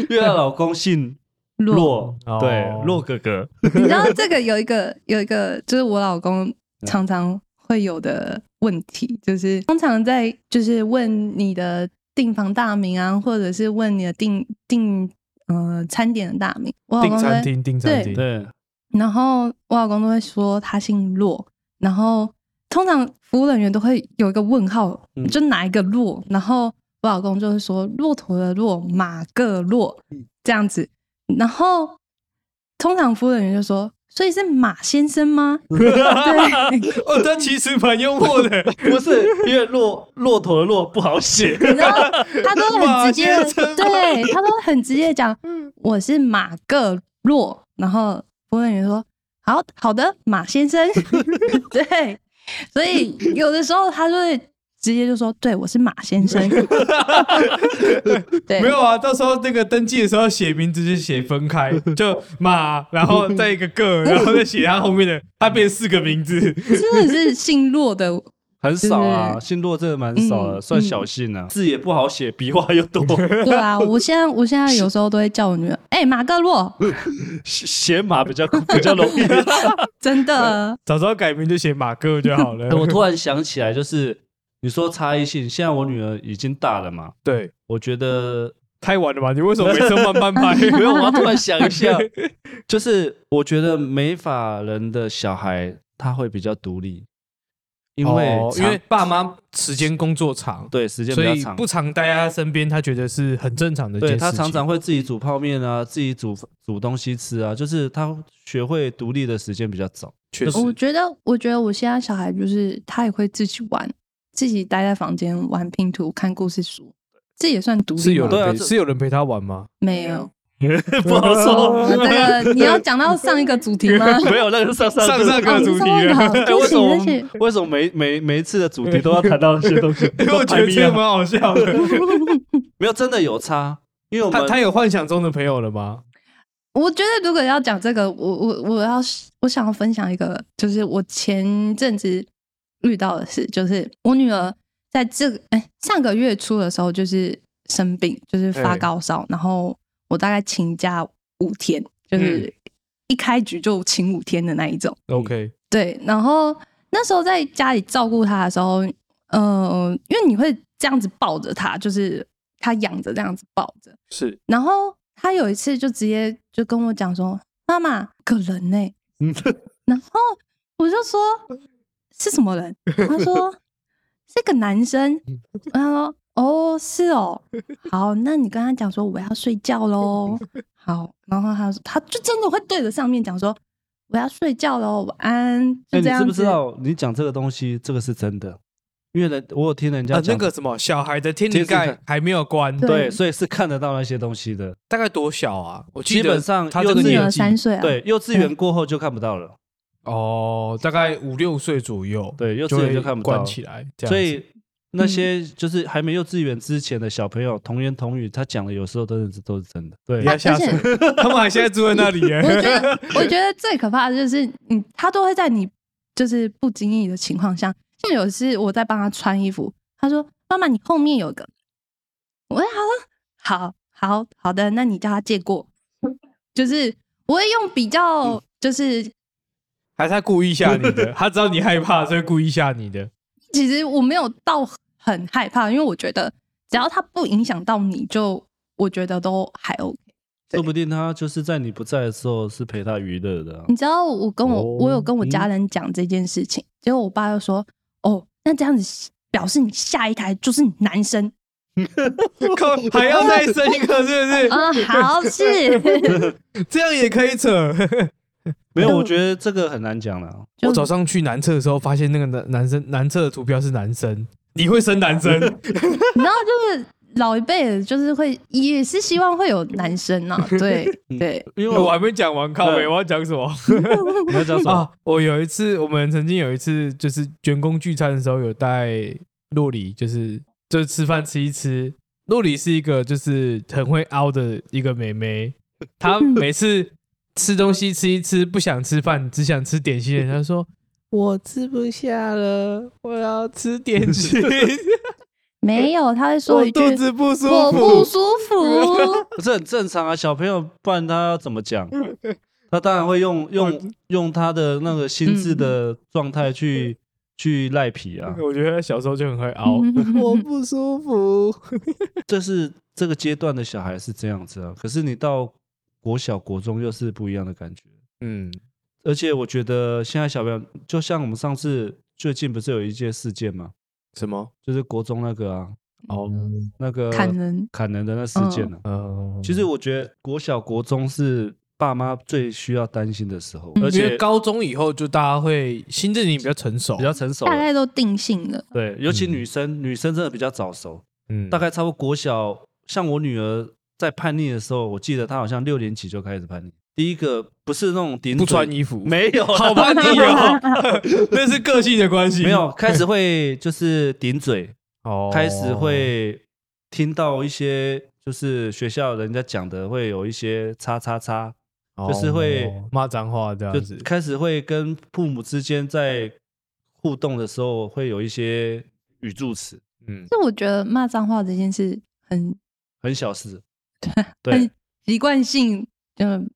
因为她老公姓洛，
哦
对，洛哥哥。
你知道这个有一个有一个，就是我老公
嗯
常常会有的问题，就是通常在就是问你的订房大名啊，或者是问你的订订呃餐点的大名，我
<laughs>
老
订
公都
餐
会
厅，订餐厅，
哦对，
然后我老公都会说他姓骆，然后通常服务人员都会有一个问号，
嗯
就哪一个骆？然后我老公就会说骆驼的骆，马个骆这样子。然后通常服务人员就说，所以是马先生吗？对，
<laughs> 哦，他其实蛮幽默
<laughs>
的，
不是因为骆骆驼的骆不好写，
然后他都很直接
马先生吗 <laughs> 嗯
地，对他都很直接地讲，我是马个洛。然后服务人员说：“好好的，马先
<laughs>
生。” <laughs> 对，所以有的时候他就会直接就说：“对，我是马
<laughs>
先生。”对，
没有啊，到时候那个登记的时候写名字就写分开，就马，然后再一个个，然后再写他后面的，他变四个名
<laughs>
字。
真的是姓骆的，
<laughs> 很少啊，
对
姓骆真的蛮少的，
嗯
算小姓啊，字也不好写，笔画又 <laughs> 多，
对啊，我现在我现在有时候都会叫我女儿：“哎、马个洛，
写写马比较 <laughs> 比较容易。
真的。
早知道改名就写马哥就好
<laughs>
了
哎。我突然想起来，就是你说差异性，现在我女儿已经大了嘛，
对，
我觉得
拍完了吧？你为什么每次都慢慢拍？
<laughs> 没有，我要突然想一下， <laughs> 就是我觉得美法人的小孩他会比较独立，因为
哦因
长
为爸妈时间工作长，
对时间比
所
较
以
长，
不常待在他身边，他觉得是很正常的一件
对
事情。
他常常会自己煮泡面啊，自己煮煮东西吃啊，就是他学会独立的时间比较早。 <laughs>
确实
我
哦
觉得，我觉得我现在小孩就是他也会自己玩，自己待在房间玩拼图、看故事书，这也算独立吗
是有
对啊
人陪
这
是有人陪他玩吗？
没有？
不好
我
说， <laughs>
们这个你要讲到上一个主题吗？
没有那个上上
上上
课。
个主题了
哦 <laughs>
哎
对
<laughs> 为
不起
什么
对不起
为什么每每每一次的主题都要谈到这些东西？
<laughs> 因为我觉得这个蛮好笑的。
啊没有真的有差，因 <laughs> 为我
他
们
他有幻想中的朋友了吗？
我觉得如果要讲这个，我我我要我想要分享一个，就是我前阵子遇到的事，就是我女儿在这个哎上个月初的时候就是生病，就是发
哎
高烧，然后我大概请假五天，就是一开局就请五天的那一种。
嗯
OK，
对，然后那时候在家里照顾他的时候，呃，因为你会这样子抱着他，就是他仰着这样子抱着，
是
然后他有一次就直接就跟我讲说：“妈妈，个人呢、
嗯
<laughs> 然后我就说：“是什么人？”他说：“
<laughs>
是个男生。”
嗯
他说：“哦，是哦，好，那你跟他讲说我要睡
<laughs>
觉喽。”好，然后他说他就真的会对着上面讲说：“我要睡觉喽，晚安。”
哎，
就
你
这样子。
知不知道你讲这个东西，这个是真的？因为人我有听人家
呃那
讲
个什么小孩的天灵
天灵
盖
盖
还没有关，
对
对，所以是看得到那些东西的。
大概多小啊？我记
基
得
本上
他这
幼
个
稚
女
年
儿
纪
三岁啊，
对，幼稚园过后就看不到了。
哦，大概五六岁左右，
对幼稚
就
园
会
就看不
关
到
起来，这样
所
子
以那些就是还没幼稚园之前的小朋友，童言童语，他讲的有时候真的是都是真的。对
不，要吓死
而
我， <laughs> 他们还现在住在那里耶
我。觉得， <laughs> 我觉得最可怕的就是，你他都会在你就是不经意的情况下，像有一次我在帮他穿衣服，他说：“妈妈，你后面有个。”我说：“好了，好好好的，那你叫他借过。”就是我会用比较，就是
<laughs> 还是他故意吓你的，他知道你害怕，所以故意吓你
<laughs>
的。
其实我没有到很害怕，因为我觉得只要他不影响到你就，我觉得都还 OK。
说不定他就是在你不在的时候是陪他娱乐的啊、
你知道我跟我、
哦
我有跟我家
嗯
人讲这件事情，结果我爸又说：“哦，那这样子表示你下一胎就是
<laughs>
男生
靠，还要再生一个，
<laughs>
是不
啊、好
<laughs>
是，
是？这样也可以扯。
没有，我觉得这个很难讲了、啊。
就
我早上去男厕的时候，发现那个男男生男厕的图标是男生，你会生男生？
你知道就是老一辈的，就是会也是希望会有男生啊，
<laughs>
对
嗯
对，
因为
我
我
还没讲完，靠北，我要 <laughs> 讲什么？
你要讲
<laughs>
什么？
啊，我有一次，我们曾经有一次就是员工聚餐的时候，有带洛里，就是就是吃饭吃一吃。洛里是一个就是很会凹的一个妹妹， <laughs> 她每次吃东西吃一吃，不想吃饭，只想吃点心，她说：“我吃不下了，我要吃点心， <laughs>
没有，他会说
我
一句
肚子不舒服。”
我不舒
<laughs>
服。
可是很正常啊，小朋友，不然他要怎么讲？他当然会用用用他的那个心智的状态去、去赖皮啊，
我觉得她小时候就很会凹，
嗯
我 <laughs> 不舒服。
这是这个阶段的小孩是这样子啊。可是你到国小、国中又是不一样的感觉。
嗯，
而且我觉得现在小朋友，就像我们上次最近不是有一件事件嘛，
什么？
就是国中那个啊，
哦，
那个
砍人嗯
砍人的那事件呢、啊。
呃，
其实我觉得国小、国中是爸妈最需要担心的时候，
嗯
而
因为
且
高中以后就大家会心智你比较成熟，
比较成熟了。
大概都定性了，
对，尤其
嗯
女生，女生真的比较早熟，
嗯
大概差不多国小，像我女儿在叛逆的时候，我记得她好像六年级就开始叛逆。第一个不是那种顶
不
嘴
穿衣服，
没有
<laughs>
啦，
好叛逆哦， <laughs> 那是个性的关系，
没有开始会就是顶嘴，
哦
开始会听到一些就是学校人家讲的会有一些叉叉叉，就是会
哦骂脏话这样子
就，开始会跟父母之间在互动的时候会有一些语助词，
嗯，
就我觉得骂脏话这件事很
很
<laughs>
小事，对
很。习惯性，嗯，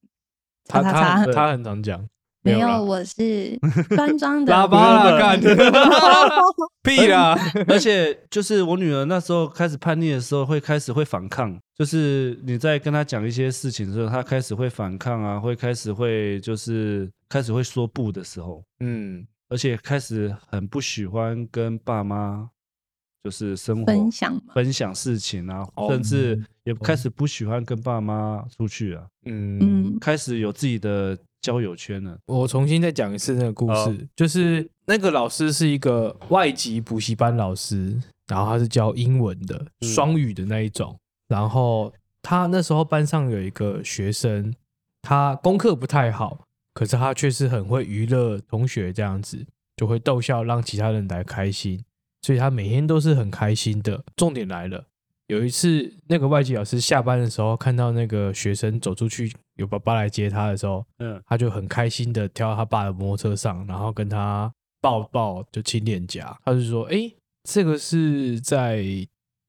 他
叉叉叉
他
对
他很常讲，
没
没有啦
有，我是
<laughs>
端庄的
喇叭啦干屁啦，
而且就是我女儿那时候开始叛逆的时候，会开始会反抗，就是你在跟她讲一些事情的时候，她开始会反抗啊，会开始会就是开始会说不的时候，
<laughs> 嗯，
而且开始很不喜欢跟爸妈就是生活
<laughs> 分享嘛，
分享事情啊，
哦
甚至也开始不喜欢跟爸妈出去啊，
嗯，
嗯，
开始有自己的交友圈了。
我重新再讲一次那个故
好
事，就是那个老师是一个外籍补习班老师，然后他是教英文的，
嗯
双语的那一种。然后他那时候班上有一个学生，他功课不太好，可是他却是很会娱乐同学这样子，就会逗笑，让其他人来开心，所以他每天都是很开心的。重点来了。有一次，那个外籍老师下班的时候，看到那个学生走出去，有爸爸来接他的时候，
嗯，
他就很开心的跳到他爸的摩托车上，然后跟他抱抱，就亲脸颊。他就说：“诶，这个是在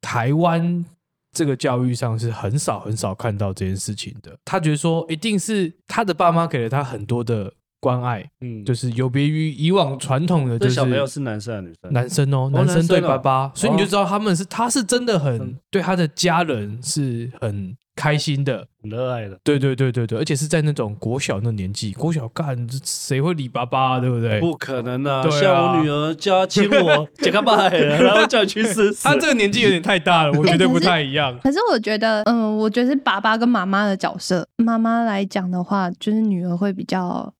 台湾这个教育上是很少很少看到这件事情的。”他觉得说，一定是他的爸妈给了他很多的关爱，
嗯，
就是是有别于以往传统的，就
这
是
小朋友是男生还是女生？
男生哦，
哦
男生对
男生哦
爸爸，所以你就
哦
知道他们是他是真的很
嗯
对他的家人是很开心的。
很热爱的，
对对对对对，而且是在那种国小那年纪，国小干这谁会理爸爸、啊，对不对？
不可能啊！
对啊
像我女儿叫她亲 <laughs> 我，姐干爸然后叫你去试 <laughs> 试。
<laughs> 他这个年纪有点太大了，我觉得不太一 <laughs> 样。
可是我觉得，嗯、我觉得是爸爸跟妈妈的角色，妈妈来讲的话，就是女儿会比较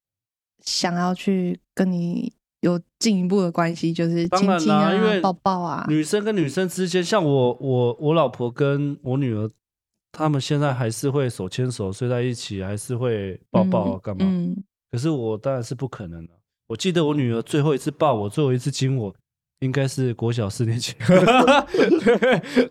想要去跟你有进一步的关系，就是
当然
亲
啦
亲啊、
因为
抱抱啊，
女生跟女生之间，像我我我老婆跟我女儿，她们现在还是会手牵手睡在一起，还是会抱抱啊
嗯
干嘛？ <laughs>
嗯，
可是我当然是不可能的、我记得我女儿最后一次抱我，最后一次亲我，应该是国小四年级。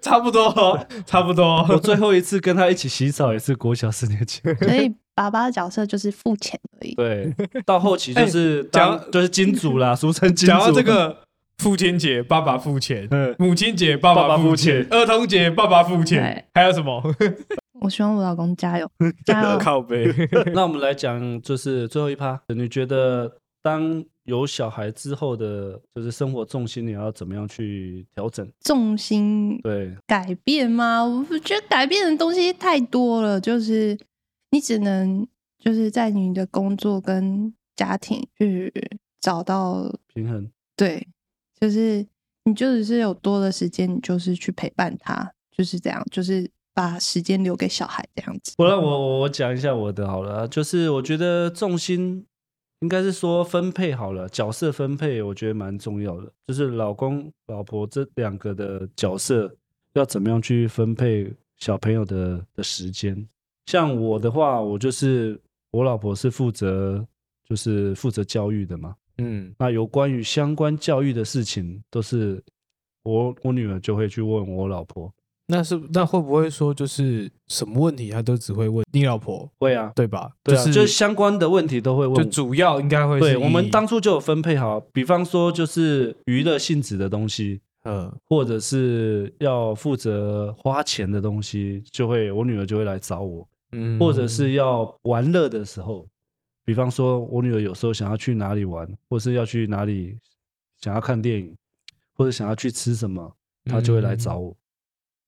差不多，哦差不
<laughs> 我
多。
最后一次跟她一起洗澡也是国小四年级。
所以爸爸的角色就是付钱而已。
对，到后期就是
哎讲
当、就是金主啦，俗称金主。
讲到这，个父亲节，爸爸付钱；
嗯，
母亲节，爸爸
爸爸
付
付
钱
钱；
儿童节，爸爸付钱
对。
还有什么？ <laughs>
我希望我老公
<laughs>
加油，加油！
靠背。
那我们来讲，就是最后一趴，你觉得当有小孩之后的，就是生活重心，你要怎么样去调整？
重心
对，
改变吗？我觉得改变的东西太多了，就是你只能就是在你的工作跟家庭去找到
平衡。
对，就是你就只是有多的时间，你就是去陪伴他，就是这样，就是把时间留给小孩这样子。
不然我我我讲一下我的好了啊，就是我觉得重心应该是说分配好了，角色分配我觉得蛮重要的，就是老公老婆这两个的角色要怎么样去分配小朋友的的时间。像我的话，我就是我老婆是负责就是负责教育的嘛，
嗯
那有关于相关教育的事情，都是我我女儿就会去问我老婆，
那是那会不会说就是什么问题他都只会问你老婆，
会啊，
对吧？
对啊，
就
就是相关的问题都会问
就
我。
主要应该会是
对，我们
以
当初就有分配好，比方说就是娱乐性质的东西，
嗯
或者是要负责花钱的东西，就会我女儿就会来找我，
嗯
或者是要玩乐的时候，比方说我女儿有时候想要去哪里玩，或是要去哪里想要看电影，或者想要去吃什么，她就会
嗯
来找我。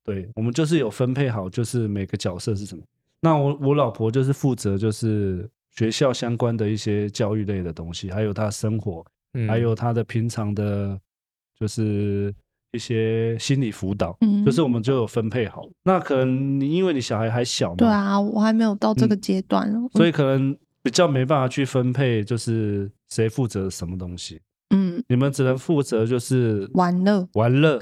对，我们就是有分配好，就是每个角色是什么。那我我老婆就是负责就是学校相关的一些教育类的东西，还有她生活，
嗯
还有她的平常的，就是一些心理辅导，
嗯
就是我们就有分配好。那可能你因为你小孩还小嘛，
对啊，我还没有到这个
嗯
阶段哦。
所以可能比较没办法去分配，就是谁负责什么东西。
嗯，
你们只能负责就是
玩乐，
玩
<laughs>
乐，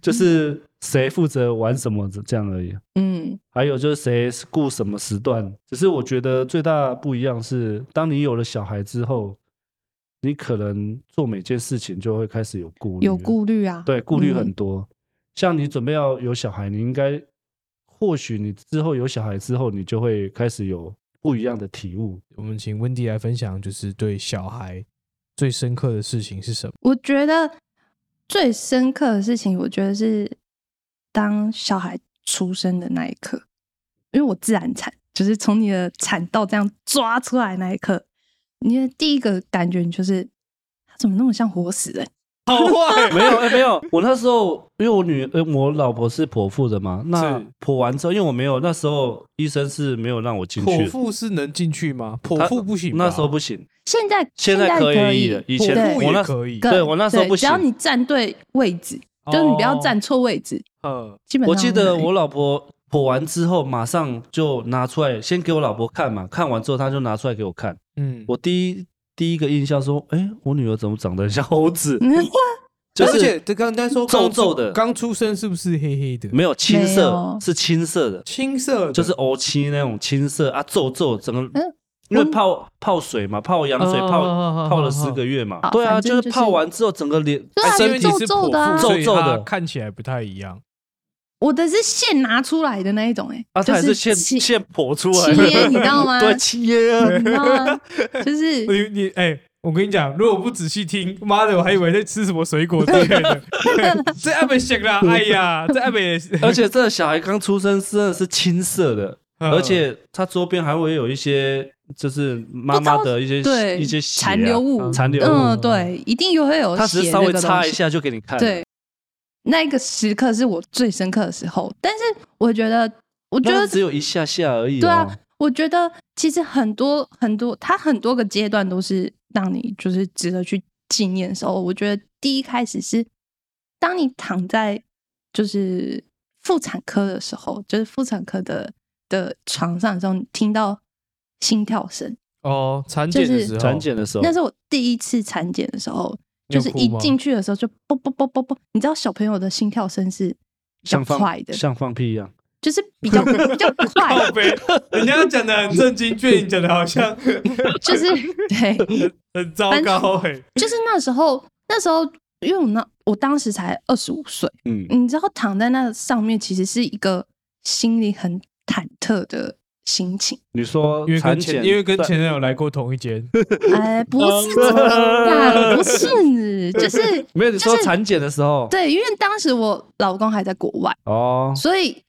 就是谁负责玩什么这样而已。
嗯
还有就是谁是顾什么时段，只是我觉得最大不一样是，当你有了小孩之后，你可能做每件事情就会开始有顾虑，
有顾虑啊，
对，顾虑很
嗯
多。像你准备要有小孩，你应该或许你之后有小孩之后，你就会开始有不一样的体悟。
我们请温迪来分享，就是对小孩最深刻的事情是
<laughs>
什么？
我觉得最深刻的事情，我觉得是当小孩出生的那一刻，因为我自然产，就是从你的产道这样抓出来那一刻，你的第一个感觉你就是他怎么那么像活死人？
好坏
没有、哎没有，我那时候因为我女、呃我老婆是剖腹的嘛，那
是
剖完之后，因为我没有那时候医生是没有让我进去
剖
的，
腹是能进去吗？
他
剖腹不行吧，
那时候不行，
现在
现在
在
可以
以
了以前
剖
对
腹
我那
也可以，
可
对我那时候
对
不
只要
行
你站对位置，就是你不要站错位置，
哦。
基本上
我记
都
得
可以
我老婆剖完之后，马上就拿出来，先给我老婆看嘛，看完之后她就拿出来给我看。
嗯，嗯，
我第一第一个印象说，哎、我女儿怎么长得很像猴子？
嗯
就
而且
是
这刚才说
皱
刚出
皱的
刚出生是不是黑黑的？
没有青
没有
色，是青色的，
青色的，
就是欧青那种青色啊，皱皱，整个
嗯
因为泡泡水嘛，泡羊水
哦
泡
哦哦哦
泡了十个月嘛
好，
对啊，
反正
就是
就是
泡完之后整个脸
对啊
哎因为
身
你
体
皱
是
皱的啊
剖腹所以
皱皱的
它看起来不太一样。
<laughs> 我的是现拿出来的那一种、欸，哎、
啊，它
就
还
是
是现
起
现剖出来
七耶，你知道
<laughs>
吗？
对，七耶啊，
你知道吗？就是
你你哎，我跟你讲，如果不仔细听，妈的，我还以为在吃什么水果之类
<laughs>
的。 <laughs> 这阿北行啦，哎呀，这阿北，
<laughs>
<laughs>
而且这个小孩刚出生真的是青色的，
嗯
而且他周边还会有一些就是妈妈的一些
对
一些血啊
残留物，
残留物，
嗯，对，一定有会有
他只是
血
稍微
这个东
擦一
西，
下就给你看。
对，那一个时刻是我最深刻的时候。但是我觉得，我觉
那
得
只有一下下而已、哦。
对啊，我觉得其实很多很多，它很多个阶段都是让你就是值得去纪念的时候。我觉得第一开始是当你躺在就是妇产科的时候，就是妇产科的的床上的时候，你听到心跳声，
哦，产检的时候，
产检的时候
那是我第一次产检的时候，
你
就
有
是
哭
一
吗
进去的时候就啵啵啵啵啵，你知道小朋友的心跳声是比较
像放
快的，
像放屁一样。
就是比
<laughs>
较比较快
靠，北，人家讲的很震惊，却你讲的好像
<laughs>
就是对，
很糟糕哎、
就是那时候那时候，因为我那我当时才二十五岁，
嗯，
你知道躺在那上面其实是一个心里很忐忑的
<laughs>
心情，
你说
因为
产
跟
检，
前因为跟前男友来过同一间，
哎，不是这么办，
<laughs>
不是，就是
没有你说产检的时候，
对，因为当时我老公还在国外，
哦，
所以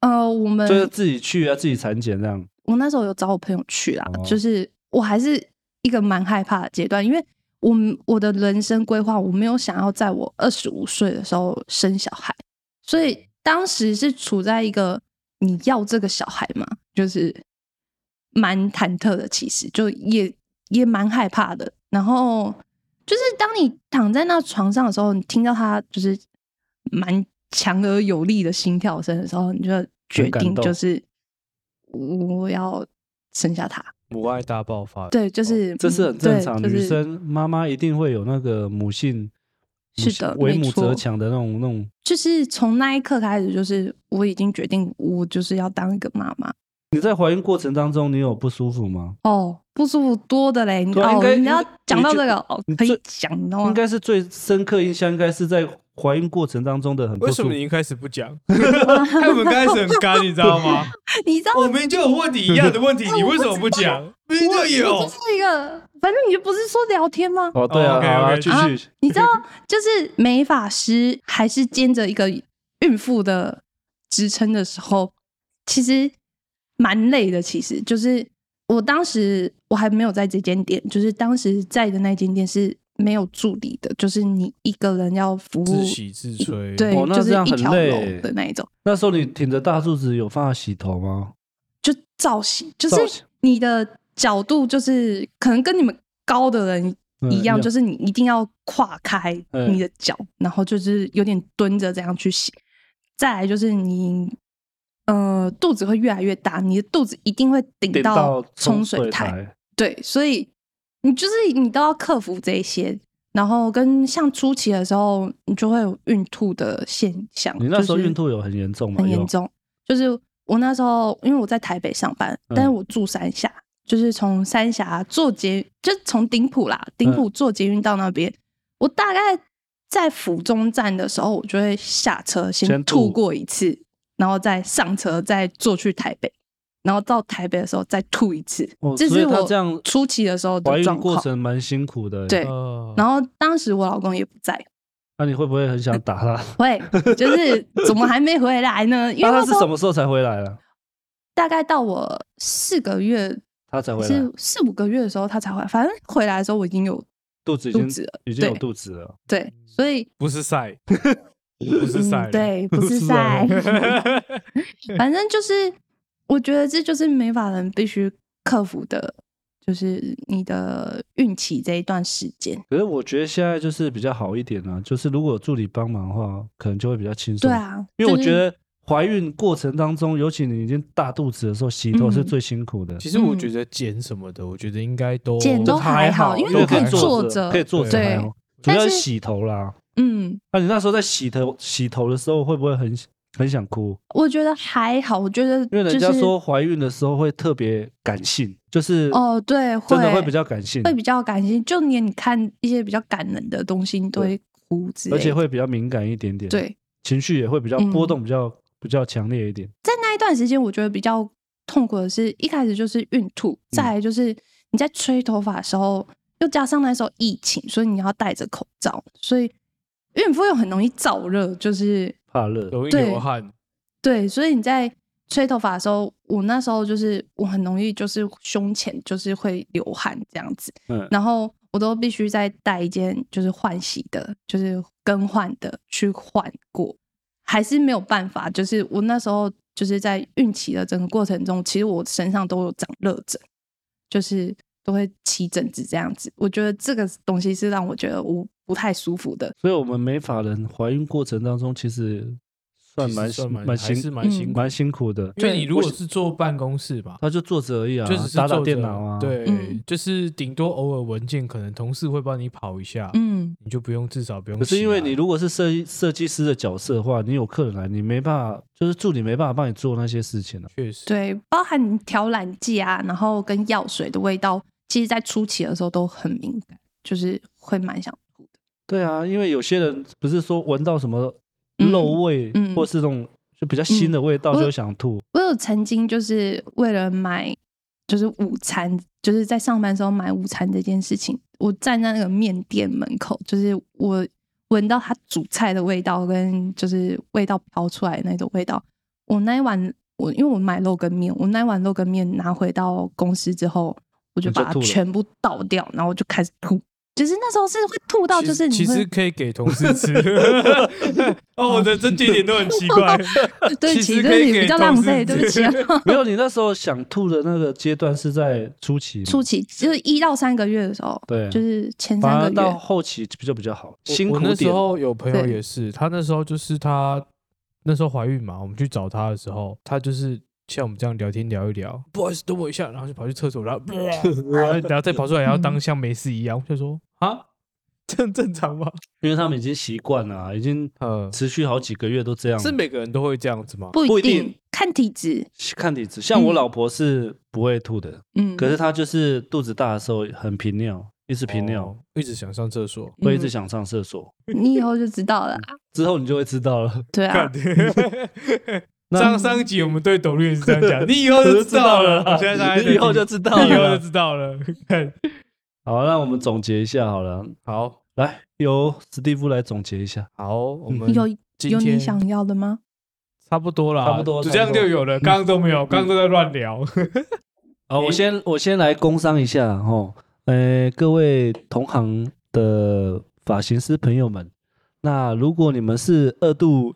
呃，我们
就是自己去啊，自己产检这样。
我那时候有找我朋友去啦，
哦
就是我还是一个蛮害怕的阶段，因为我们我的人生规划，我没有想要在我二十五岁的时候生小孩，所以当时是处在一个你要这个小孩嘛，就是蛮忐忑的，其实就也也蛮害怕的。然后就是当你躺在那床上的时候，你听到他就是蛮强而有力的心跳声的时候，你就决
很感
定
动
就是我要生下他。
母爱大爆发。
对，就是、
哦
嗯
这是很正常，
对就是
女生妈妈一定会有那个母性，
是
母
的
性为
没
母
错
则强的那种那种。
就是从那一刻开始，就是我已经决定，我就是要当一个妈妈。
你在怀孕过程当中，你有不舒服吗？
哦，不舒服多的嘞。你
对啊应
哦，
该
你要
应该
讲到
你就
这个哦
你，
可以
最
讲，你知道
应
吗？
该是最深刻印象，应该是在怀孕过程当中的很不
为什
舒服
么。你一开始不
<laughs>
讲？害我们刚开始很干，你知道吗？
你知道，
我
哦
明明就有问你一样的问题，你为什么不讲？明明就
我
有
就。是一个，反正你就不是说聊天吗？
哦，对啊，
哦，OK，OK，
好啊，
继
继
续
续。
你
<laughs>
知道，就是美发师还是兼着一个孕妇的职称的时候，其实蛮累的。其实就是我当时我还没有在这间店，就是当时在的那间店是没有助理的，就是你一个人要服务
自，洗自吹，
对，
哦那
就是
这样
一
很
条
累欸
龙的那一种，
那时候你挺着大肚子，有办法洗头吗？
就造型，就
造
是
型
你的角度，就是可能跟你们高的人
嗯
一样，就是是你一定要跨开
嗯
你的脚，然后就是有点蹲着这样去洗。再来就是你，呃，肚子会越来越大，你的肚子一定会顶
顶
到
到
冲
水
水台。，对，所以你就是你都要克服这一些。然后跟像初期的时候，你就会有孕吐的现象。
你那时候
就是
孕吐有很严重吗？
很
有
严。重。就是我那时候，因为我在台北上班，但是
嗯
我住三峡，就是从三峡坐捷，就从顶埔啦，顶
嗯
埔坐捷运到那边，我大概在府中站的时候，我就会下车先
先
吐
吐
过一次，然后再上车，再坐去台北，然后到台北的时候再吐一次。
哦
这
所以
是
她
我
这样
初期的时候
怀
的状
孕过
况。
程蛮辛苦的。呃
对
哦
然后当时我老公也不在，
那你会不会很想打她？
会就是怎么还没回来呢？ <laughs> 因
<laughs>
为
那
那
她
时
是
候
什么时候才回来啊了？
大概到我四个月
她才回来
是，四五个月的时候他才回来，反正回来的时候我已经有
肚子已
肚
经
子了，
已经有
对
肚子了。
对，所
<laughs>
以
不是晒，不是晒，
嗯，，对，不是晒，反正就是我觉得这就是美发人必须克服的，就是你的孕期这一段时间。
可是我觉得现在就是比较好一点啊，就是如果有助理帮忙的话，可能就会比较轻松。
对，啊，
因为我
就是
觉得怀孕过程当中，尤其你已经大肚子的时候，洗
嗯
头是最辛苦的。
<laughs> 其实我觉得剪什么的，我觉得应该都
剪都还
还
好因为
对
你可以
坐
坐
着
着
可以坐着
对
还好，主
但
要
是
是洗头啦。
嗯，
那你那时候在洗头洗头的时候，会不会很很想哭？
我觉得还好，我觉得
因为人
就
家
是
说怀孕的时候会特别感性，就是
哦，对，
真的会比较感性，
会比较感性，就连你看一些比较感人的东西，你都会哭之类的，
而且会比较敏感一点点，，
对。
情绪也会比较
嗯
波动，比较比较强烈一点。
那一段时间，我觉得比较痛苦的是，一开始就是孕吐，再来就是你在吹头发的时候，又加上那时候疫情，所以你要戴着口罩，所以孕妇又很容易燥热，就是
怕热，
容易
对
流汗，
对，所以你在吹头发的时候，我那时候就是我很容易就是胸前就是会流汗这样子，
嗯
然后我都必须再带一件就是换洗的，就是更换的去换过，还是没有办法。就是我那时候就是在孕期的整个过程中，其实我身上都有长热疹，就是都会起疹子这样子。我觉得这个东西是让我觉得我不太舒服的。
所以我们美法人怀孕过程当中，其实算蛮
其实算蛮
蛮
还是
辛
蛮辛苦
嗯
蛮。辛苦的。
因为你如果是坐办公室吧，
他就坐着而已啊，
就只是
打打
坐
电
着
脑啊，，
对
嗯，
就是顶多偶尔文件可能同事会帮你跑一下，
嗯，
你就不用至少不用啊
可
起来。
是因为你如果是设计设计师的角色的话，你有客人来，你没办法，就是助理没办法帮你做那些事情了、啊
确实
对，包含你调染剂啊，然后跟药水的味道，其实在初期的时候都很敏感，就是会蛮想吐的。
对啊，因为有些人不是说闻到什么
嗯
肉味，
嗯
或是这种就比较新的味道
我
就会想吐。
我有曾经就是为了买就是午餐，就是在上班的时候买午餐这件事情，我站在那个面店门口，就是我闻到它煮菜的味道跟就是味道飘出来的那种味道，我那一碗。我因为我买肉羹面，我那一碗肉羹面拿回到公司之后，我就
你就
把它
吐了
全部倒掉，然后我就开始吐。就是那时候是会吐到，
其
就
实
是你
其
会
实可以给同事
<laughs>
吃。 <laughs> 哦，我的症结点都很奇怪。
<laughs> 对不
其
起，
实
对
可
不
以
起，
给
比较
同
浪
事
费，对不起啊。
没有，你那时候想吐的那个阶段是在初期嘛，
初期就是一到三个月的时候，
对
就是前
反
三个
而到
月，
后期就比较好，
我
辛苦
我那时
点。
候有朋友
对
也是，她那时候就是她那时候怀孕嘛，我们去找她的时候，她就是像我们这样聊天聊一聊，不好意思，等我一下，然后就跑去厕所，然后
啊
然 <laughs> 后然后再跑出来，然后
嗯
当像没事一样，我就说啊， <laughs> 这样正常吗？
因为他们已经习惯了啊、已经
呃，
持续好几个月都这样了。
是每个人都会这样子吗？
不
不
一
一
定
定，
看体质，
看体质。像我
嗯
老婆是不会吐的，
嗯，
可是她就是肚子大的时候很频尿，一直频尿，
哦一直想上厕
啊
所。
会
嗯
一直想嗯上厕所。
你以后就知道了啊，
之后你就会知道了。
对
<laughs>
啊
看，，上上一集我们对董律也是这样
<laughs>
讲，你以后就知道了。我现在大家在
你以后就知道了
你以后就知道了。看，
好，那我们总结一下好了，
好
来由史蒂夫来总结一下。
好，我们
有
今
有你
天
想要的吗？
差不多啦，
差不多嗯
就
差不多
这样就有了。刚刚都没有，刚刚都在乱聊。
好，我先我先来工商一下哦，呃，各位同行的发型师朋友们，那如果你们是二度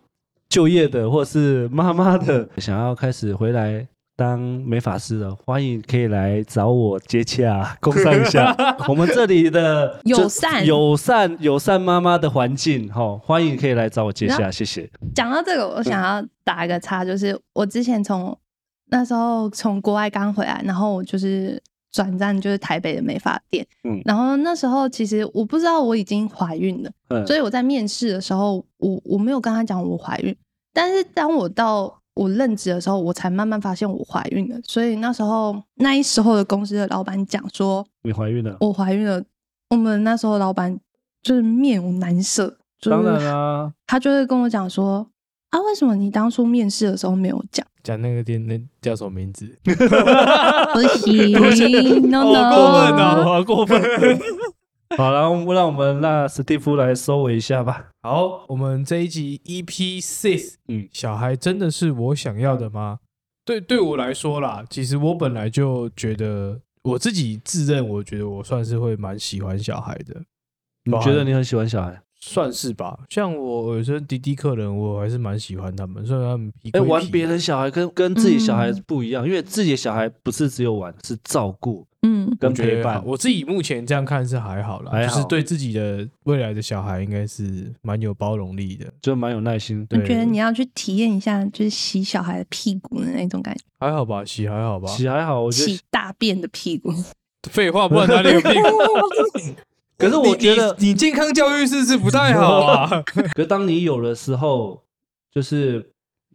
就业的，或是妈妈的，想要开始回来当美发师的，欢迎可以来找我接洽，工商一
<laughs>
下。我们这里的
友
这
善
友善、友善妈妈的环境，哈、欢迎可以来找我接
然
洽，谢谢。
讲到这个，我想要打一个叉，就是我之前从那时候从国外刚回来，然后我就是转战就是台北的美发店，
嗯
然后那时候其实我不知道我已经怀孕了，
嗯，
所以我在面试的时候，我我没有跟他讲我怀孕，但是当我到我任职的时候，我才慢慢发现我怀孕了，所以那时候那一时候的公司的老板讲说
你怀孕了？
我怀孕了，我们那时候老板就是面无难色，就是
当然啦、
他就会跟我讲说：“啊，为什么你当初面试的时候没有讲
讲那个店那叫什么名字？？”
不行，no
过分哦
no，
好过分！ <laughs> 好，然后让我们让史蒂夫来收尾一下吧。
好，我们这一集 EP Six，
嗯
小孩真的是我想要的吗？对，对我来说啦，其实我本来就觉得我自己自认，我觉得我算是会蛮喜欢小孩的，
你觉得你很喜欢小孩？
算是吧。像我有些滴滴客人，我还是蛮喜欢他们，虽然他们皮
哎、
归
玩
皮
别人小孩跟跟自己小孩
嗯
不一样，因为自己的小孩不是只有玩，是照顾
嗯，
跟
我觉得好
陪伴。
我自己目前这样看是还好啦，
还好
就是对自己的未来的小孩应该是蛮有包容力的，
就蛮有耐心，
我
嗯
对，
觉得你要去体验一下，就是洗小孩的屁股的那种感觉，
还好吧，洗还好吧，
洗还好，我觉得
洗。大便的
<laughs>
屁股。
废话，不然哪里有病？
可是我觉得
你你你健康教育是不是不太好
<laughs>
啊？
可当你有的时候，就是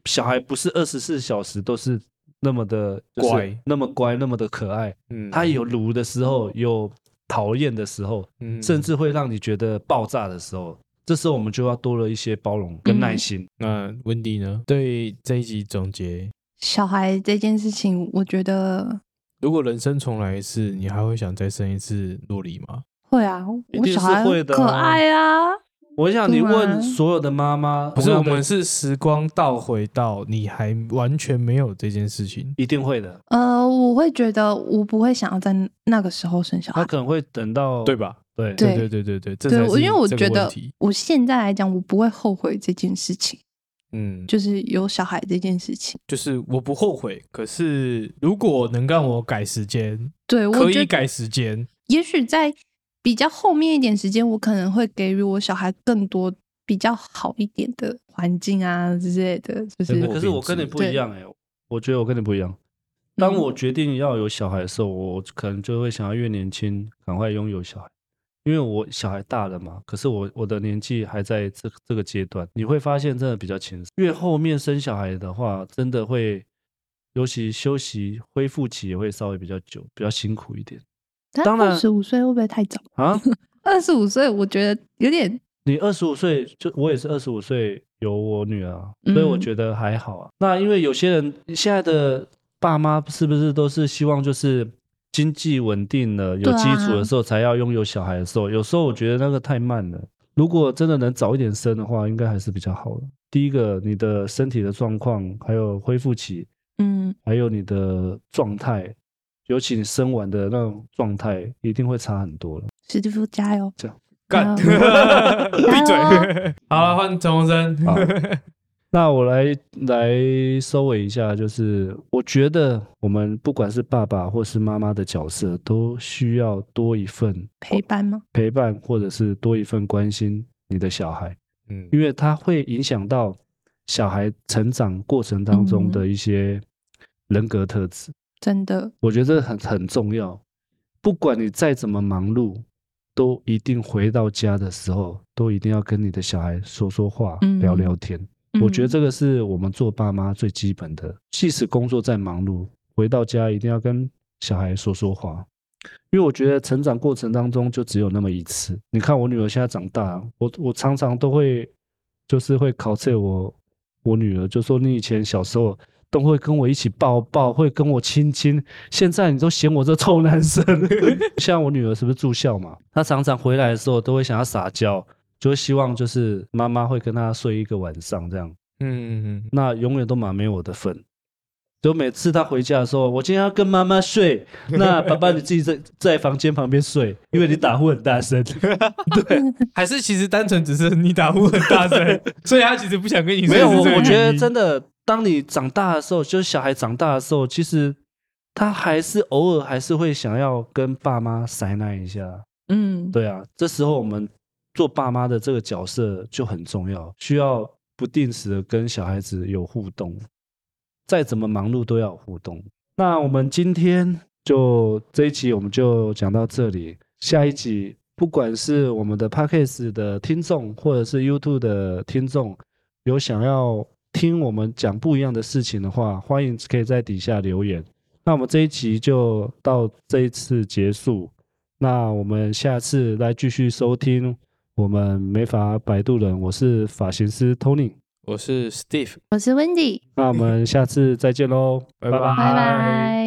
小孩不是二十四小时都是那么的就是
乖
那么乖，那么的可爱。
嗯
他有撸的时候，有讨厌的时候，
嗯
甚至会让你觉得爆炸的时候，这时候我们就要多了一些包容
嗯
跟耐心。
那温迪呢？对这一集总结，
小孩这件事情，我觉得
如果人生重来一次，你还会想再生一次洛里吗？
会啊，
一
我
定是
小孩
会的啊
可爱啊，
我想你
对啊
问所有的妈妈，
不是，我
同样的
们是时光倒回到你还完全没有这件事情。
一定会的。
呃，我会觉得我不会想要在那个时候生小
他
孩。
可能会等到
对吧？
对
对
对对对对，这
对，
才
我
是
因为我
这个问
觉得
题
我现在来讲，我不会后悔这件事情，
嗯，
就是有小孩这件事情。
就是我不后悔，可是如果能让我改时间，
对，我
可
觉
以
得
改时间，
也许在比较后面一点时间，我可能会给予我小孩更多比较好一点的环境啊之类的，就是
真的
可是我跟你不一样哎、我觉得我跟你不一样。
嗯
当我决定要有小孩的时候，我可能就会想要越年轻赶快拥有小孩，因为我小孩大了嘛。可是我我的年纪还在这这个阶段，你会发现真的比较轻松。越后面生小孩的话，真的会，尤其休息恢复期也会稍微比较久，比较辛苦一点当然
二十五岁会不会太早？
啊。
二十五岁我觉得有点
你二十五岁，就我也是二十五岁有我女儿啊，所以我
嗯
觉得还好啊。那因为有些人现在的爸妈是不是都是希望就是经济稳定了、有
对啊
基础的时候才要拥有小孩的时候，有时候我觉得那个太慢了。如果真的能早一点生的话，应该还是比较好的。第一个，你的身体的状况，还有恢复期，
嗯，
还有你的状态，尤其你生完的那种状态，一定会差很多了。
史蒂夫加油！
干，
啊
闭
嗯
<laughs> 嘴。好了，换陈鸿生。
好那我来来收尾一下，就是我觉得我们不管是爸爸或是妈妈的角色，都需要多一份
陪伴吗？
陪伴，或者是多一份关心你的小孩，
<laughs> 嗯
因为它会影响到小孩成长过程当中
嗯
的一些人格特质。
真的，
我觉得这很很重要。不管你再怎么忙碌，都一定回到家的时候，都一定要跟你的小孩说说话，
嗯
聊聊天。我觉得
嗯
这个是我们做爸妈最基本的，即使工作再忙碌，回到家一定要跟小孩说说话，因为我觉得成长过程当中就只有那么一次。你看我女儿现在长大，我我常常都会就是会考测我我女儿，就说你以前小时候。都会跟我一起抱抱，会跟我亲亲。现在你都嫌我这臭男生。 <laughs> 像我女儿是不是住校嘛？她常常回来的时候都会想要撒娇，就会希望就是妈妈会跟她睡一个晚上这样。
嗯嗯
那永远都嘛没我的份。就每次他回家的时候，我今天要跟妈妈睡，那爸爸你自己在在房间旁边睡，因为你打呼很大
<laughs>
声。
嗯，还是其实单纯只是你打呼很大
<laughs>
声，所以他其实不想跟你说
没有，我
是这个
我觉
原
得
因
真的，当你长大的时候，就是小孩长大的时候，其实他还是偶尔还是会想要跟爸妈塞奶一下。
嗯，
对啊，这时候我们做爸妈的这个角色就很重要，需要不定时的跟小孩子有互动，再怎么忙碌都要有互动。那我们今天就这一集我们就讲到这里，下一集不管是我们的 Podcast 的听众，或者是 YouTube 的听众，有想要听我们讲不一样的事情的话，欢迎可以在底下留言。那我们这一集就到这一次结束。那我们下次来继续收听我们美发摆渡人，我是发型师 Tony。
我是 Steve，
我是 Wendy，
那我们下次再见喽，
拜拜
拜拜。